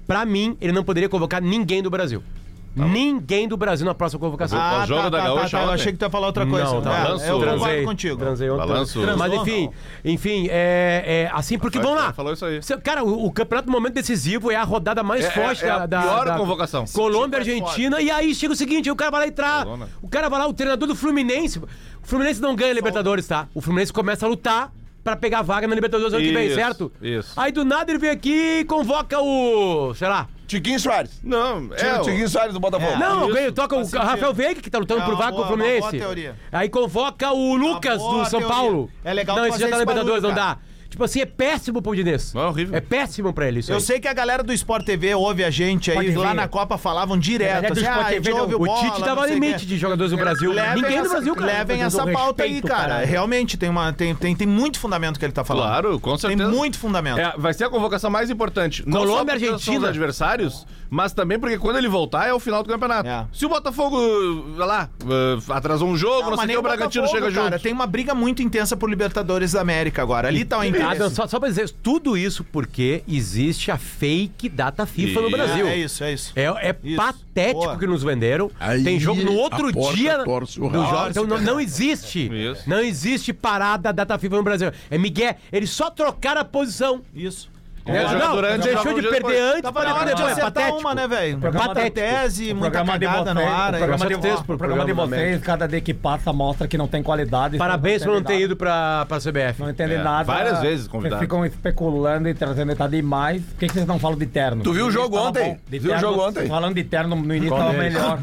Speaker 9: Pra mim, ele não poderia convocar ninguém do Brasil.
Speaker 3: Tá
Speaker 9: ninguém do Brasil na próxima convocação.
Speaker 5: Ah, o jogo da Gaúcha
Speaker 3: Eu
Speaker 5: ontem. tá
Speaker 3: achei que tu ia falar outra coisa.
Speaker 9: Não, tá
Speaker 3: É,
Speaker 5: balanço-
Speaker 3: eu concordo
Speaker 9: transei,
Speaker 3: contigo.
Speaker 9: transei ontem.
Speaker 5: Balanço-
Speaker 9: é Mas enfim, enfim, é, é assim, porque
Speaker 5: Rafael
Speaker 9: vamos lá.
Speaker 4: né?
Speaker 5: Fernandes falou isso aí.
Speaker 9: Se- Cara, o, o campeonato no momento decisivo é a rodada mais
Speaker 5: É-
Speaker 9: forte
Speaker 5: é- é
Speaker 9: da,
Speaker 5: a
Speaker 9: da-
Speaker 5: pior
Speaker 9: da-
Speaker 5: convocação.
Speaker 9: Colômbia,
Speaker 3: tipo é
Speaker 9: Argentina, e aí chega o seguinte, o cara vai lá e tra...
Speaker 5: Colômbia.
Speaker 9: O cara vai lá, o treinador do Fluminense. O Fluminense não ganha a Libertadores, tá? O Fluminense começa a lutar pra pegar a vaga na Libertadores ano que vem,
Speaker 5: Isso,
Speaker 9: certo?
Speaker 5: isso.
Speaker 9: Aí do nada ele vem aqui e convoca o. sei lá.
Speaker 2: Tiquinho Soares.
Speaker 5: Não,
Speaker 2: Tira
Speaker 5: é.
Speaker 2: o Tiquinho Soares do Botafogo.
Speaker 9: Não,
Speaker 3: Ah, isso,
Speaker 9: ganha, toca o
Speaker 3: faz sentido.
Speaker 9: Rafael Veiga, que tá lutando
Speaker 3: É
Speaker 9: por
Speaker 3: uma
Speaker 9: vaga com
Speaker 3: boa-
Speaker 9: o
Speaker 3: uma boa
Speaker 9: Fluminense.
Speaker 3: teoria.
Speaker 9: Aí convoca o Lucas
Speaker 3: boa
Speaker 9: do São
Speaker 3: teoria.
Speaker 9: Paulo.
Speaker 3: É legal
Speaker 9: Não,
Speaker 3: tu
Speaker 9: esse
Speaker 3: fazer
Speaker 9: já tá na
Speaker 3: esse
Speaker 9: Libertadores, não
Speaker 3: barulho,
Speaker 9: dá. Tipo assim, é péssimo pro Diniz.
Speaker 5: Não, é horrível.
Speaker 9: É péssimo pra ele isso
Speaker 3: Eu
Speaker 9: aí.
Speaker 3: sei que a galera do Sport TV ouve a gente aí,
Speaker 4: Pode
Speaker 3: lá
Speaker 4: ver.
Speaker 3: na Copa falavam direto.
Speaker 4: galera do
Speaker 3: assim,
Speaker 4: Sport
Speaker 3: ah, a gente
Speaker 4: TV não.
Speaker 3: ouve
Speaker 9: é, O
Speaker 3: bola,
Speaker 9: Tite
Speaker 3: não
Speaker 9: dava
Speaker 3: sei o
Speaker 9: limite
Speaker 3: quê. É,
Speaker 9: de jogadores do Brasil.
Speaker 3: Levem
Speaker 9: Ninguém
Speaker 3: essa,
Speaker 9: do Brasil, cara. um
Speaker 3: Levem essa
Speaker 4: Respeito,
Speaker 3: pauta aí, cara.
Speaker 4: cara.
Speaker 3: Realmente, tem, uma, tem, tem, tem muito fundamento que ele tá falando.
Speaker 5: Claro, com
Speaker 3: Tem
Speaker 5: certeza.
Speaker 3: muito fundamento.
Speaker 5: É, vai ser a convocação mais importante. Não
Speaker 9: Colômbia,
Speaker 5: só porque são
Speaker 9: Argentina.
Speaker 5: os adversários, mas também porque quando ele voltar é o final do campeonato.
Speaker 3: É.
Speaker 5: Se o Botafogo, vai lá, eh, atrasou um jogo, não, sei o
Speaker 3: nem
Speaker 5: que, o Bragantino
Speaker 3: Botafogo,
Speaker 5: chega
Speaker 3: cara,
Speaker 5: junto.
Speaker 3: Tem uma briga muito intensa por Libertadores da América agora. Ali tá o
Speaker 9: Adam,
Speaker 3: interesse.
Speaker 9: só, só pra dizer, tudo isso porque existe a fake data FIFA no
Speaker 5: Isso.
Speaker 9: Brasil.
Speaker 3: É, é isso, é isso.
Speaker 9: É, é
Speaker 3: Isso.
Speaker 9: patético
Speaker 3: Boa.
Speaker 9: que nos venderam.
Speaker 1: Aí,
Speaker 9: Tem jogo no outro
Speaker 1: a porta
Speaker 9: dia
Speaker 1: torce o
Speaker 9: do
Speaker 1: rabo.
Speaker 9: jogo. Então não, não existe.
Speaker 5: Isso.
Speaker 9: Não existe parada data FIFA no Brasil. É Miguel, eles só trocaram a posição. Né?
Speaker 3: Isso.
Speaker 5: É, joga
Speaker 9: não,
Speaker 5: durante,
Speaker 9: deixou
Speaker 5: joga
Speaker 9: de
Speaker 5: um dia
Speaker 9: perder
Speaker 5: depois.
Speaker 9: antes
Speaker 3: Tava
Speaker 9: pra
Speaker 3: na
Speaker 9: perder
Speaker 3: hora de
Speaker 9: depois. É
Speaker 3: acertar
Speaker 9: patético. é
Speaker 3: uma, né, velho?
Speaker 4: programa da-
Speaker 9: Patético. é
Speaker 3: Tese,
Speaker 4: O
Speaker 3: muita
Speaker 4: programa de
Speaker 3: cagada no
Speaker 4: vocês-
Speaker 3: ar.
Speaker 4: O
Speaker 3: aí.
Speaker 4: programa, de,
Speaker 9: Só três
Speaker 4: vo-
Speaker 9: pro
Speaker 4: o programa de
Speaker 9: programa
Speaker 4: vocês, cada dia que passa, mostra que não tem qualidade.
Speaker 9: Parabéns por
Speaker 4: não
Speaker 9: não
Speaker 4: tem
Speaker 9: ter
Speaker 4: nada.
Speaker 9: ido pra, pra CBF.
Speaker 4: Não entendem
Speaker 5: É,
Speaker 4: nada.
Speaker 5: várias vezes convidado.
Speaker 4: Vocês ficam especulando e trazendo detalhe demais. Por que, que vocês não falam de terno?
Speaker 2: Tu viu o
Speaker 4: De
Speaker 2: jogo
Speaker 4: terno
Speaker 2: ontem?
Speaker 4: tava bom. De
Speaker 2: Viu o
Speaker 4: terno,
Speaker 2: jogo ontem?
Speaker 4: Falando de terno no início
Speaker 9: Qual
Speaker 4: tava
Speaker 9: deles?
Speaker 4: melhor.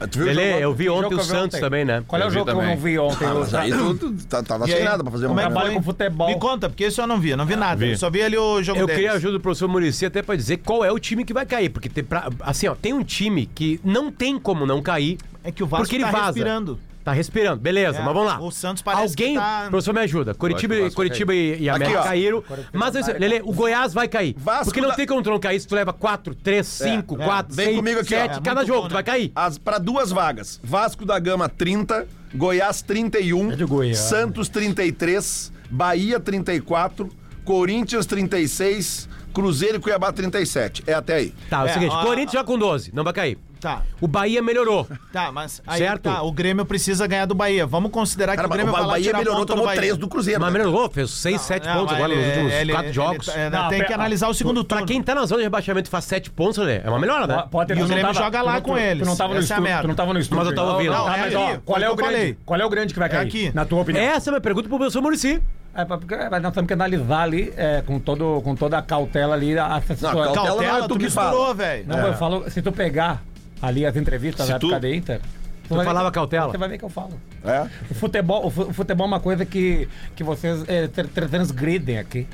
Speaker 2: Ah, Tu viu o jogo
Speaker 9: Lele,
Speaker 2: ontem?
Speaker 9: eu vi
Speaker 4: Jogo
Speaker 9: ontem
Speaker 4: que
Speaker 9: o
Speaker 4: eu vi
Speaker 9: Santos
Speaker 4: ontem.
Speaker 9: também, né?
Speaker 4: Qual é o
Speaker 5: Eu
Speaker 4: jogo que
Speaker 5: vi
Speaker 4: eu não
Speaker 5: também.
Speaker 4: vi ontem?
Speaker 2: Ah,
Speaker 4: Eu
Speaker 2: mas aí tu, tu tá- tava sem
Speaker 3: aí?
Speaker 2: nada pra fazer
Speaker 3: Como é que
Speaker 2: mano.
Speaker 4: trabalho
Speaker 3: foi?
Speaker 4: com futebol.
Speaker 3: Me conta, porque isso eu não vi. Não vi nada.
Speaker 5: vi.
Speaker 3: Só vi ali o jogo
Speaker 9: Eu
Speaker 3: deles.
Speaker 9: queria a ajuda do professor Murici até pra dizer qual é o time que vai cair. Porque tem pra- assim, ó, tem um time que não tem como não cair.
Speaker 3: É que o Vasco
Speaker 9: porque ele
Speaker 3: tá
Speaker 9: vaza.
Speaker 3: respirando.
Speaker 9: Tá respirando, beleza,
Speaker 3: É,
Speaker 9: mas vamos lá.
Speaker 3: o Santos parece
Speaker 9: Alguém,
Speaker 3: que tá-
Speaker 9: professor, me ajuda. Curitiba,
Speaker 5: Eu acho que o Vasco
Speaker 9: Curitiba e, e América
Speaker 2: ó.
Speaker 9: caíram. Mas isso, Lele, o Goiás vai cair.
Speaker 2: Vasco
Speaker 9: porque não
Speaker 2: da-
Speaker 9: tem como tu não cair se tu leva 4, 3, 5,
Speaker 3: é.
Speaker 9: 4,
Speaker 2: Vem
Speaker 9: 6,
Speaker 2: comigo aqui, ó.
Speaker 9: 7,
Speaker 2: É,
Speaker 9: cada
Speaker 3: muito
Speaker 9: jogo,
Speaker 3: bom, né?
Speaker 9: tu vai cair.
Speaker 2: As, pra duas vagas. Vasco da Gama 30, Goiás 31,
Speaker 4: É de Goiás.
Speaker 2: Santos 33, Bahia 34, Corinthians 36, Cruzeiro e Cuiabá 37. É até aí.
Speaker 9: Tá, é o
Speaker 3: É,
Speaker 9: seguinte,
Speaker 3: ó,
Speaker 9: Corinthians já com 12, não vai cair.
Speaker 3: Tá.
Speaker 9: O Bahia melhorou.
Speaker 3: Tá, mas aí
Speaker 9: Certo.
Speaker 3: tá, o Grêmio precisa ganhar do Bahia. Vamos considerar
Speaker 2: Cara,
Speaker 3: que o Grêmio
Speaker 2: o
Speaker 3: vai lá
Speaker 2: Bahia
Speaker 3: tirar
Speaker 2: melhorou,
Speaker 3: ponto do
Speaker 2: tomou
Speaker 3: Bahia.
Speaker 2: 3 do Cruzeiro.
Speaker 9: Mas
Speaker 2: né?
Speaker 9: melhorou, fez 6, 7
Speaker 3: Não,
Speaker 9: pontos agora
Speaker 3: ele-
Speaker 9: nos últimos
Speaker 3: ele-
Speaker 9: 4
Speaker 3: ele-
Speaker 9: jogos.
Speaker 3: é,
Speaker 4: Não,
Speaker 3: tem
Speaker 4: pera-
Speaker 3: que analisar o segundo
Speaker 9: Pra
Speaker 3: turno.
Speaker 9: quem tá na zona de rebaixamento e faz 7 pontos, Lelê, é uma melhora, né?
Speaker 4: Potter,
Speaker 3: E o
Speaker 4: tu não
Speaker 3: Grêmio
Speaker 4: tava-
Speaker 3: joga lá
Speaker 4: tu não-
Speaker 3: com
Speaker 4: tu-
Speaker 3: eles.
Speaker 4: Tu não tava no
Speaker 3: Essa é a
Speaker 4: estúdio.
Speaker 3: merda.
Speaker 4: Tu não tava no estúdio.
Speaker 9: Mas eu tava
Speaker 4: Não,
Speaker 9: ouvindo.
Speaker 4: Não,
Speaker 3: É
Speaker 4: mas
Speaker 3: ali,
Speaker 4: ó,
Speaker 3: foi o
Speaker 4: qual é
Speaker 3: que
Speaker 4: o
Speaker 3: eu
Speaker 4: grande?
Speaker 3: falei.
Speaker 4: Qual é o grande que vai
Speaker 3: É
Speaker 4: cair?
Speaker 3: aqui.
Speaker 4: Na tua opinião.
Speaker 9: Essa é a minha pergunta pro professor Murici.
Speaker 4: É, pra- porque nós temos que analisar ali é, com, todo, com toda a cautela ali. A, a,
Speaker 2: a cautela-
Speaker 3: Cautela,
Speaker 2: Ela não é
Speaker 3: tu
Speaker 2: tu que
Speaker 3: misturou,
Speaker 2: fala.
Speaker 3: velho.
Speaker 4: Não, eu falo, se tu pegar ali as entrevistas
Speaker 5: Se
Speaker 4: da época
Speaker 5: tu-
Speaker 4: da Inter. Tu
Speaker 9: falava
Speaker 4: ver, que-
Speaker 9: cautela?
Speaker 4: Você vai ver que eu falo.
Speaker 2: É.
Speaker 4: O futebol, o fu- o futebol é uma coisa que, que vocês é, tr- tr- transgridem aqui.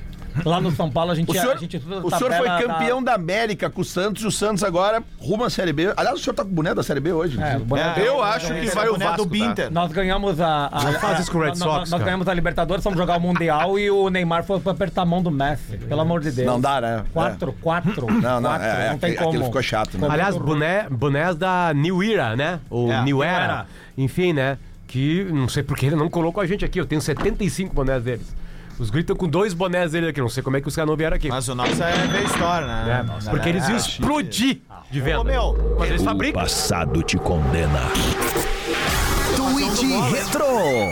Speaker 4: Lá no São Paulo a gente é-
Speaker 2: O senhor,
Speaker 4: a gente estuda a
Speaker 2: o senhor foi
Speaker 4: tabela da-
Speaker 2: campeão da... América com o Santos e o Santos agora rumo à Série B. Aliás, o senhor tá com o boné da Série B hoje.
Speaker 4: É, o
Speaker 2: inclusive.
Speaker 4: boneco-
Speaker 5: Eu acho que vai o
Speaker 3: boné do
Speaker 5: Vasco. tá?
Speaker 3: Binter.
Speaker 4: Nós ganhamos a. a
Speaker 9: Não faz
Speaker 4: a-
Speaker 9: isso com o Red
Speaker 4: nós-
Speaker 9: Sox,
Speaker 4: Nós,
Speaker 9: cara.
Speaker 4: ganhamos a Libertadores, fomos jogar o Mundial e o Neymar foi pra apertar a mão do Messi. Pelo amor de Deus.
Speaker 2: Não dá, né?
Speaker 4: Quatro, quatro.
Speaker 2: Não, não,
Speaker 4: quatro,
Speaker 2: é, é,
Speaker 4: não tem
Speaker 2: aquele-
Speaker 4: como.
Speaker 2: aquele ficou chato, né?
Speaker 9: Aliás, boné, bonés da New Era, né? Ou
Speaker 3: É,
Speaker 9: New
Speaker 4: New
Speaker 9: Era.
Speaker 4: Era.
Speaker 9: Enfim, né? Que não sei porque ele não colocou a gente aqui. Eu tenho 75 bonés deles. Os gritam com dois bonés dele aqui. Não sei como é que os caras não vieram aqui.
Speaker 3: Mas o nosso é meio história, né?
Speaker 9: né? Porque eles iam explodir de venda.
Speaker 3: Ô, meu,
Speaker 9: Mas eles
Speaker 1: O
Speaker 9: fabricam.
Speaker 1: passado te condena.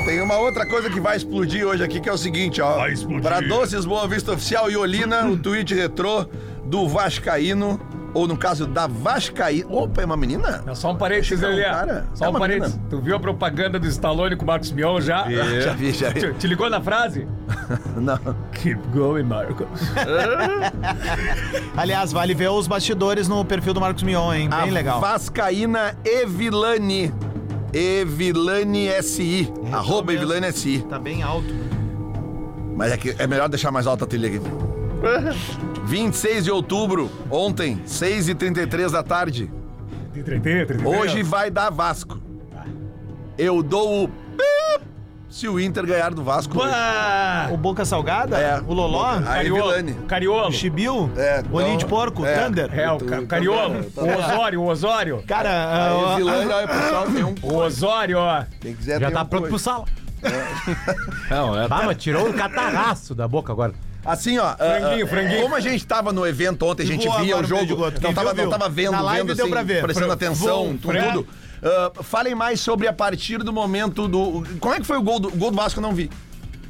Speaker 2: Tem uma outra coisa que vai explodir hoje aqui, que é o seguinte, ó. Vai explodir. Pra Doces Boa Vista Oficial e Olina, o tweet retrô do Vascaíno, ou no caso da Vascaíno. Opa, é uma menina?
Speaker 4: É Só um parênteses
Speaker 2: Esse é um
Speaker 4: ali.
Speaker 2: cara?
Speaker 4: Só
Speaker 2: É
Speaker 4: um
Speaker 2: uma
Speaker 4: parênteses.
Speaker 2: menina?
Speaker 4: Tu viu a propaganda do Stallone com o Marcos Mion já?
Speaker 2: Já vi, já vi. [laughs]
Speaker 4: [laughs] Te, te ligou na frase?
Speaker 2: Não.
Speaker 4: Keep going, Marcos.
Speaker 3: aliás, vale ver os bastidores no perfil do Marcos Mion, hein? Bem
Speaker 2: A
Speaker 3: legal.
Speaker 2: Vascaína Evilani. Evilani SI. arroba
Speaker 3: mesmo.
Speaker 2: Evilani SI.
Speaker 3: Tá bem alto.
Speaker 2: Mas é, que é melhor deixar mais alta a trilha [laughs] aqui. 26 de outubro, ontem, 6h33 da tarde. Hoje vai dar Vasco. Eu dou o pip se o Inter ganhar do Vasco. hoje.
Speaker 3: O Boca Salgada?
Speaker 2: É.
Speaker 3: O Loló?
Speaker 2: A Evilani.
Speaker 4: Cariolo. Cariolo.
Speaker 3: O Chibiu?
Speaker 2: É,
Speaker 3: Olhinho
Speaker 2: então,
Speaker 3: de porco?
Speaker 2: é.
Speaker 3: Thunder?
Speaker 4: É, o Ca- Cariolo. O Osório, o Osório.
Speaker 3: Cara,
Speaker 2: A
Speaker 3: ah,
Speaker 2: Evilani, olha, pessoal, tem um.
Speaker 4: O Osório, ó.
Speaker 2: Quem quiser
Speaker 9: Já
Speaker 2: tem
Speaker 9: tá
Speaker 2: um coisa.
Speaker 9: pronto pro sala.
Speaker 5: Não, é.
Speaker 9: Bah, mas tirou um catarraço da boca agora.
Speaker 2: Assim, ó.
Speaker 4: Franguinho,
Speaker 2: ah,
Speaker 4: franguinho.
Speaker 2: Como a gente tava no evento ontem, a gente
Speaker 3: Voa
Speaker 2: via
Speaker 3: agora
Speaker 2: o
Speaker 3: no meio de
Speaker 2: jogo.
Speaker 3: goto.
Speaker 2: Não
Speaker 3: Quem
Speaker 2: tava,
Speaker 3: viu,
Speaker 2: não
Speaker 3: viu.
Speaker 2: tava vendo,
Speaker 3: Na live
Speaker 2: vendo assim,
Speaker 3: deu pra ver.
Speaker 2: prestando
Speaker 3: Fra-
Speaker 2: atenção,
Speaker 3: voa um
Speaker 2: tu-
Speaker 3: Fran.
Speaker 2: tudo. Ah, falem mais sobre a partir do momento do. Como é que foi o gol do, o gol do Vasco? Eu não vi.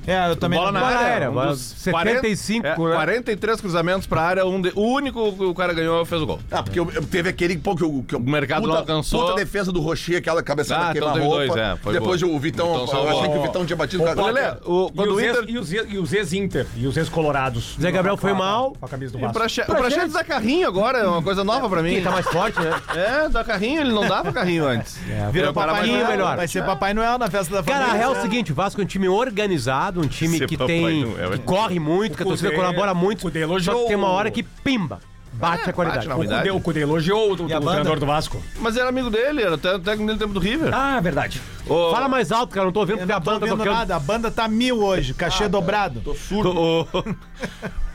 Speaker 3: é, eu também.
Speaker 5: Bola na
Speaker 9: Bola
Speaker 5: área.
Speaker 9: aérea,
Speaker 5: um
Speaker 9: bola-
Speaker 5: dos
Speaker 9: 75,
Speaker 5: é,
Speaker 9: né?
Speaker 5: 43 cruzamentos pra área. Um de- o único que o cara ganhou fez o gol.
Speaker 2: Ah, porque eu- eu- teve aquele pô, que, o- que o
Speaker 5: mercado
Speaker 2: puta,
Speaker 5: não alcançou.
Speaker 2: Puta defesa do Rocher, aquela cabeçada
Speaker 5: Ah,
Speaker 2: que queima
Speaker 5: então teve
Speaker 2: roupa.
Speaker 5: dois, é, foi
Speaker 2: Depois
Speaker 5: boa.
Speaker 2: o Vitão,
Speaker 3: Então
Speaker 5: Vitão
Speaker 2: eu achei
Speaker 5: salvou.
Speaker 2: que o Vitão tinha batido.
Speaker 4: Ô,
Speaker 2: Olha,
Speaker 5: Lelê, o- quando
Speaker 4: e, os
Speaker 5: o
Speaker 4: ex-
Speaker 5: Inter-
Speaker 4: e os ex- e os ex-Inter, e os ex-colorados.
Speaker 9: Zé Gabriel foi mal.
Speaker 4: Com a camisa do
Speaker 5: E o
Speaker 4: Vasco.
Speaker 5: Praxe- o Praxedes dá carrinho agora, é uma coisa nova pra mim.
Speaker 9: Ele tá mais forte, né?
Speaker 5: É, dá carrinho, ele não dava carrinho antes. É,
Speaker 9: Virou papai Noel. melhor.
Speaker 3: Vai ser Papai Noel na festa da família.
Speaker 9: Cara, a real é o
Speaker 3: né?
Speaker 9: seguinte, o Vasco é um time organizado, um time
Speaker 5: Esse
Speaker 9: que
Speaker 5: Papai
Speaker 9: tem.
Speaker 5: Noel,
Speaker 9: que
Speaker 5: hein?
Speaker 9: corre muito, que a
Speaker 4: é, O
Speaker 9: torcida
Speaker 4: Cudê-
Speaker 9: colabora muito.
Speaker 4: o Cudê
Speaker 9: Só
Speaker 4: elogiou
Speaker 9: que tem uma
Speaker 4: o-
Speaker 9: hora que pimba, bate a qualidade.
Speaker 5: bate na
Speaker 4: O Cudê, o Cudê elogiou o, o,
Speaker 3: a banda?
Speaker 4: treinador do Vasco.
Speaker 5: Mas era amigo dele, era até o técnico dele no tempo do River.
Speaker 4: Ah, verdade.
Speaker 5: Ô,
Speaker 9: Fala mais alto, cara, não tô ouvindo
Speaker 3: Eu
Speaker 9: porque
Speaker 3: não
Speaker 9: a
Speaker 3: tô
Speaker 9: banda tá
Speaker 3: ouvindo
Speaker 9: tocando.
Speaker 3: nada. A banda tá mil hoje. Cachê dobrado.
Speaker 5: O, [laughs]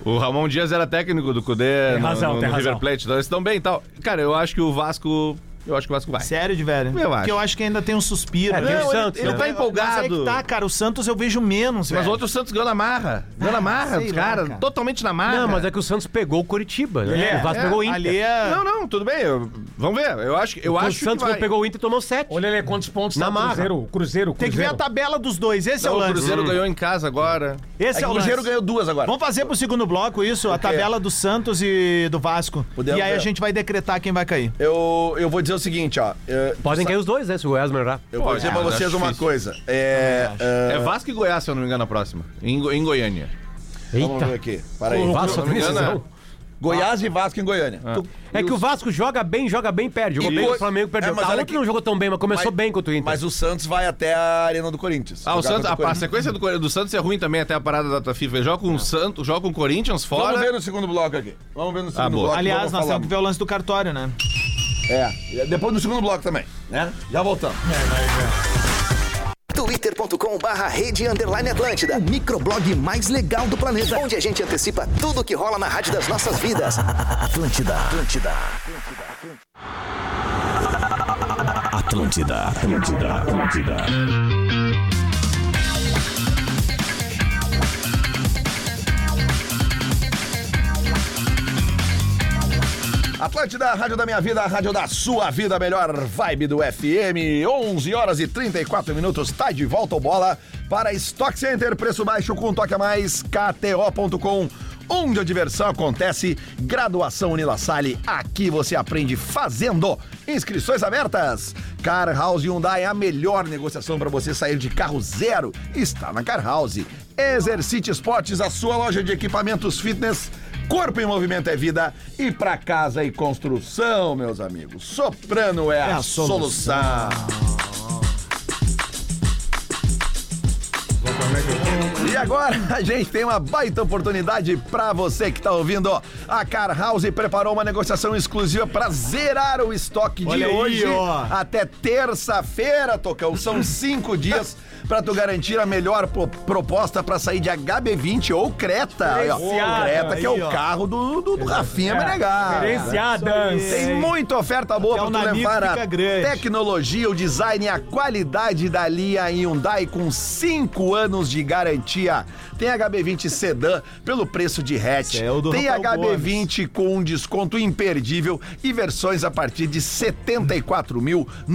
Speaker 5: o Ramon Dias era técnico do Cudê no,
Speaker 4: razão,
Speaker 5: no- no
Speaker 4: tem razão.
Speaker 5: River Plate, então eles estão bem e tal. Cara, eu acho que o Vasco. Eu acho que o Vasco vai.
Speaker 3: Sério, de velho?
Speaker 5: Eu acho.
Speaker 3: Porque eu acho que ainda tem um suspiro.
Speaker 9: É, tem o
Speaker 3: Eu-
Speaker 9: Santos,
Speaker 5: ele
Speaker 9: né?
Speaker 5: tá empolgado.
Speaker 3: Mas é que tá, cara. O Santos eu vejo menos,
Speaker 5: Mas
Speaker 3: velho.
Speaker 5: ontem o Santos ganhou na marra. Ganhou na marra,
Speaker 3: sei
Speaker 5: os
Speaker 3: lá,
Speaker 5: caras.
Speaker 3: cara.
Speaker 5: Totalmente na marra.
Speaker 9: Não, mas é que o Santos pegou o Curitiba, né?
Speaker 4: É,
Speaker 9: o Vasco
Speaker 5: é,
Speaker 9: pegou o Inter.
Speaker 3: Ali é...
Speaker 5: Não, não, tudo bem. eu- Vamos ver. Eu acho, eu
Speaker 9: o
Speaker 5: acho
Speaker 9: Então, Santos
Speaker 5: que
Speaker 9: quando
Speaker 5: vai.
Speaker 9: pegou o Inter tomou 7.
Speaker 4: Olha ele quantos pontos
Speaker 9: Na
Speaker 4: tá o
Speaker 9: marra.
Speaker 4: Cruzeiro, o Cruzeiro, o Cruzeiro.
Speaker 3: Tem que ver a tabela dos dois. Esse é o
Speaker 5: Não, o
Speaker 3: lance.
Speaker 5: Cruzeiro ganhou em casa agora.
Speaker 3: Esse é,
Speaker 2: o
Speaker 3: o lance.
Speaker 2: Cruzeiro ganhou duas agora.
Speaker 3: Vamos fazer pro segundo bloco isso, a tabela do Santos e do Vasco.
Speaker 2: Podemos,
Speaker 3: e aí a
Speaker 2: é.
Speaker 3: gente vai decretar quem vai
Speaker 2: Então
Speaker 3: cair.
Speaker 2: Eu, eu vou dizer o seguinte, ó. eh,
Speaker 9: Podem cair os dois, né? Se o Goiás melhorar.
Speaker 2: Eu vou dizer pra
Speaker 5: mas
Speaker 2: vocês
Speaker 5: acho
Speaker 2: uma
Speaker 5: difícil.
Speaker 2: coisa. É. eh,
Speaker 5: É Vasco e Goiás, se eu não me engano, na próxima. Em, Go- em Goiânia.
Speaker 2: Vamos ver
Speaker 9: Eita.
Speaker 2: aqui. Para aí.
Speaker 9: O Vasco
Speaker 5: não me engano, é.
Speaker 9: precisão.
Speaker 2: Goiás e Vasco em Goiânia.
Speaker 5: Ah.
Speaker 2: Tu-
Speaker 9: É que o Vasco joga bem, joga bem, perde. Jogou
Speaker 2: E
Speaker 9: bem
Speaker 2: Goi-
Speaker 9: contra o Flamengo, perdeu.
Speaker 2: É, mas
Speaker 9: tá,
Speaker 2: olha
Speaker 9: ontem
Speaker 2: que-
Speaker 9: não jogou tão bem, mas começou
Speaker 2: mas-
Speaker 9: bem contra o Inter.
Speaker 2: Mas o Santos vai até a Arena do Corinthians.
Speaker 5: Ah, o
Speaker 2: jogar
Speaker 5: Santos,
Speaker 2: contra
Speaker 5: a,
Speaker 2: o Corinthians.
Speaker 5: sequência do, Cor- do Santos é ruim também, até a parada da FIFA. Joga com o Santos, joga com o Corinthians é fora. Ah,
Speaker 2: Vamos ver no segundo bloco aqui. Vamos ver no segundo
Speaker 5: boa.
Speaker 2: bloco.
Speaker 3: Aliás,
Speaker 2: vamos
Speaker 3: nós
Speaker 2: falar.
Speaker 3: temos que ver o lance do cartório, né?
Speaker 2: É, depois no segundo bloco também, né? Já voltamos.
Speaker 8: twitter.com barra rede underline Atlântida, o microblog mais legal do planeta, onde a gente antecipa tudo que rola na rádio das nossas vidas. [laughs] Atlântida, Atlântida.
Speaker 1: Atlântida, Atlântida, Atlântida.
Speaker 2: Atlântida, a rádio da minha vida, a rádio da sua vida, a melhor vibe do FM. 11 horas e 34 minutos, tá de volta o bola para Stock Center. Preço baixo com um toque a mais, kto.com. Onde a diversão acontece, graduação Unilassalle, aqui você aprende fazendo. Inscrições abertas. Car House Hyundai, a melhor negociação para você sair de carro zero, está na Car House. Exercite Esportes, a sua loja de equipamentos fitness. Corpo em movimento é vida e pra casa e construção, meus amigos. Soprano é, a,
Speaker 3: a
Speaker 2: solução.
Speaker 3: solução.
Speaker 2: E agora [laughs] a gente tem uma baita oportunidade pra você que tá ouvindo. A Car House preparou uma negociação exclusiva pra zerar o estoque de
Speaker 3: Olha aí,
Speaker 2: hoje
Speaker 3: ó.
Speaker 2: até terça-feira, Tocão. São cinco dias pra tu garantir a melhor pro- proposta pra sair de HB20 ou Creta. Aí, ó.
Speaker 4: Preciada.
Speaker 2: Creta, que é
Speaker 3: Aí,
Speaker 2: o
Speaker 3: ó. É.
Speaker 2: carro do, do, do Rafinha Menegar.
Speaker 4: Diferenciadas.
Speaker 2: Tem muita oferta boa
Speaker 3: Até
Speaker 2: para
Speaker 3: o
Speaker 2: tu
Speaker 3: nariz
Speaker 2: levar a
Speaker 3: fica grande.
Speaker 2: tecnologia, o design e a qualidade da linha Hyundai com 5 anos de garantia. Tem HB20 sedã pelo preço de hatch.
Speaker 3: Esse é o do
Speaker 2: Tem
Speaker 3: Rafael
Speaker 2: HB20 com um desconto imperdível e versões a partir de R$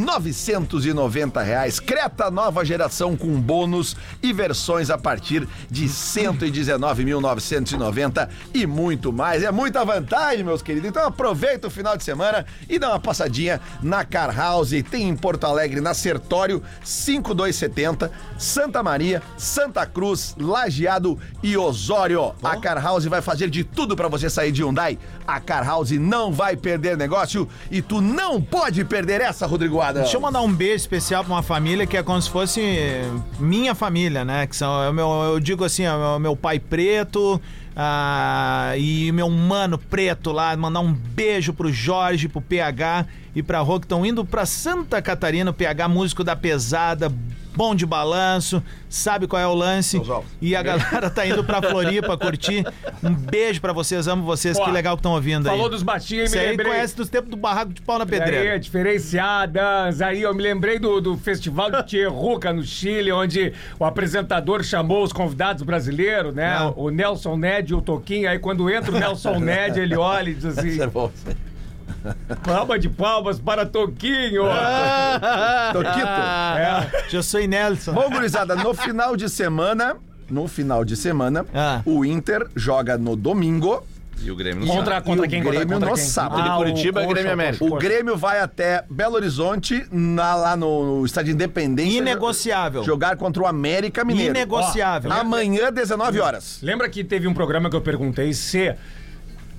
Speaker 2: 74.990. reais. Creta nova geração com bônus e versões a partir de R$ 119.990 e muito mais. É muita vantagem, meus queridos. Então aproveita o final de semana [laughs] e dá uma passadinha na Car House. Tem em Porto Alegre, na Sertório 5270, Santa Maria, Santa Cruz, Lajeado e Osório. A Car House vai fazer de tudo pra você sair de Hyundai. A Car House não vai perder negócio e tu não pode perder essa, Rodrigo Adams.
Speaker 3: Deixa eu mandar um beijo especial pra uma família que é como se fosse minha família, né? Que são, é o meu- eu digo assim, é o meu, meu pai preto ah, e meu mano preto lá. Mandar um beijo pro Jorge, pro PH e pra Rô, que estão indo pra Santa Catarina, o PH, músico da pesada, bom de balanço, sabe qual é o lance. E a galera tá indo pra Floripa curtir. Um beijo pra vocês, amo vocês,
Speaker 4: Ó,
Speaker 3: que legal que estão ouvindo aí.
Speaker 4: Falou dos batinhos,
Speaker 3: Isso
Speaker 4: me
Speaker 3: aí
Speaker 4: lembrei.
Speaker 3: conhece dos tempos do barraco de pau na
Speaker 4: Aí,
Speaker 3: pedreira.
Speaker 4: diferenciadas. Aí eu me lembrei do, do festival de Tierruca no Chile, onde o apresentador chamou os convidados brasileiros, né?
Speaker 3: Ah.
Speaker 4: O Nelson Ned e o Toquinho. Aí quando entra o Nelson Ned, ele olha e diz assim: palma de palmas para Toquinho.
Speaker 3: Ah.
Speaker 2: Toquito.
Speaker 4: É.
Speaker 3: Eu sou Nelson.
Speaker 2: Bom, gurizada, no final de semana, no final de semana,
Speaker 3: Ah.
Speaker 2: o Inter joga no domingo.
Speaker 5: E o Grêmio não
Speaker 4: Contra,
Speaker 5: sabe.
Speaker 2: E
Speaker 4: contra
Speaker 2: o
Speaker 4: quem? Contra,
Speaker 2: Grêmio
Speaker 4: contra
Speaker 2: no
Speaker 4: quem?
Speaker 2: sábado.
Speaker 5: De
Speaker 4: Ah, o
Speaker 5: Curitiba,
Speaker 4: Coxa,
Speaker 5: Grêmio e América.
Speaker 2: O Grêmio vai até Belo Horizonte, na- lá no estádio Independência.
Speaker 3: Inegociável.
Speaker 2: Jogar contra o América Mineiro.
Speaker 3: Inegociável.
Speaker 2: Amanhã, 19 horas.
Speaker 4: Lembra que teve um programa que eu perguntei se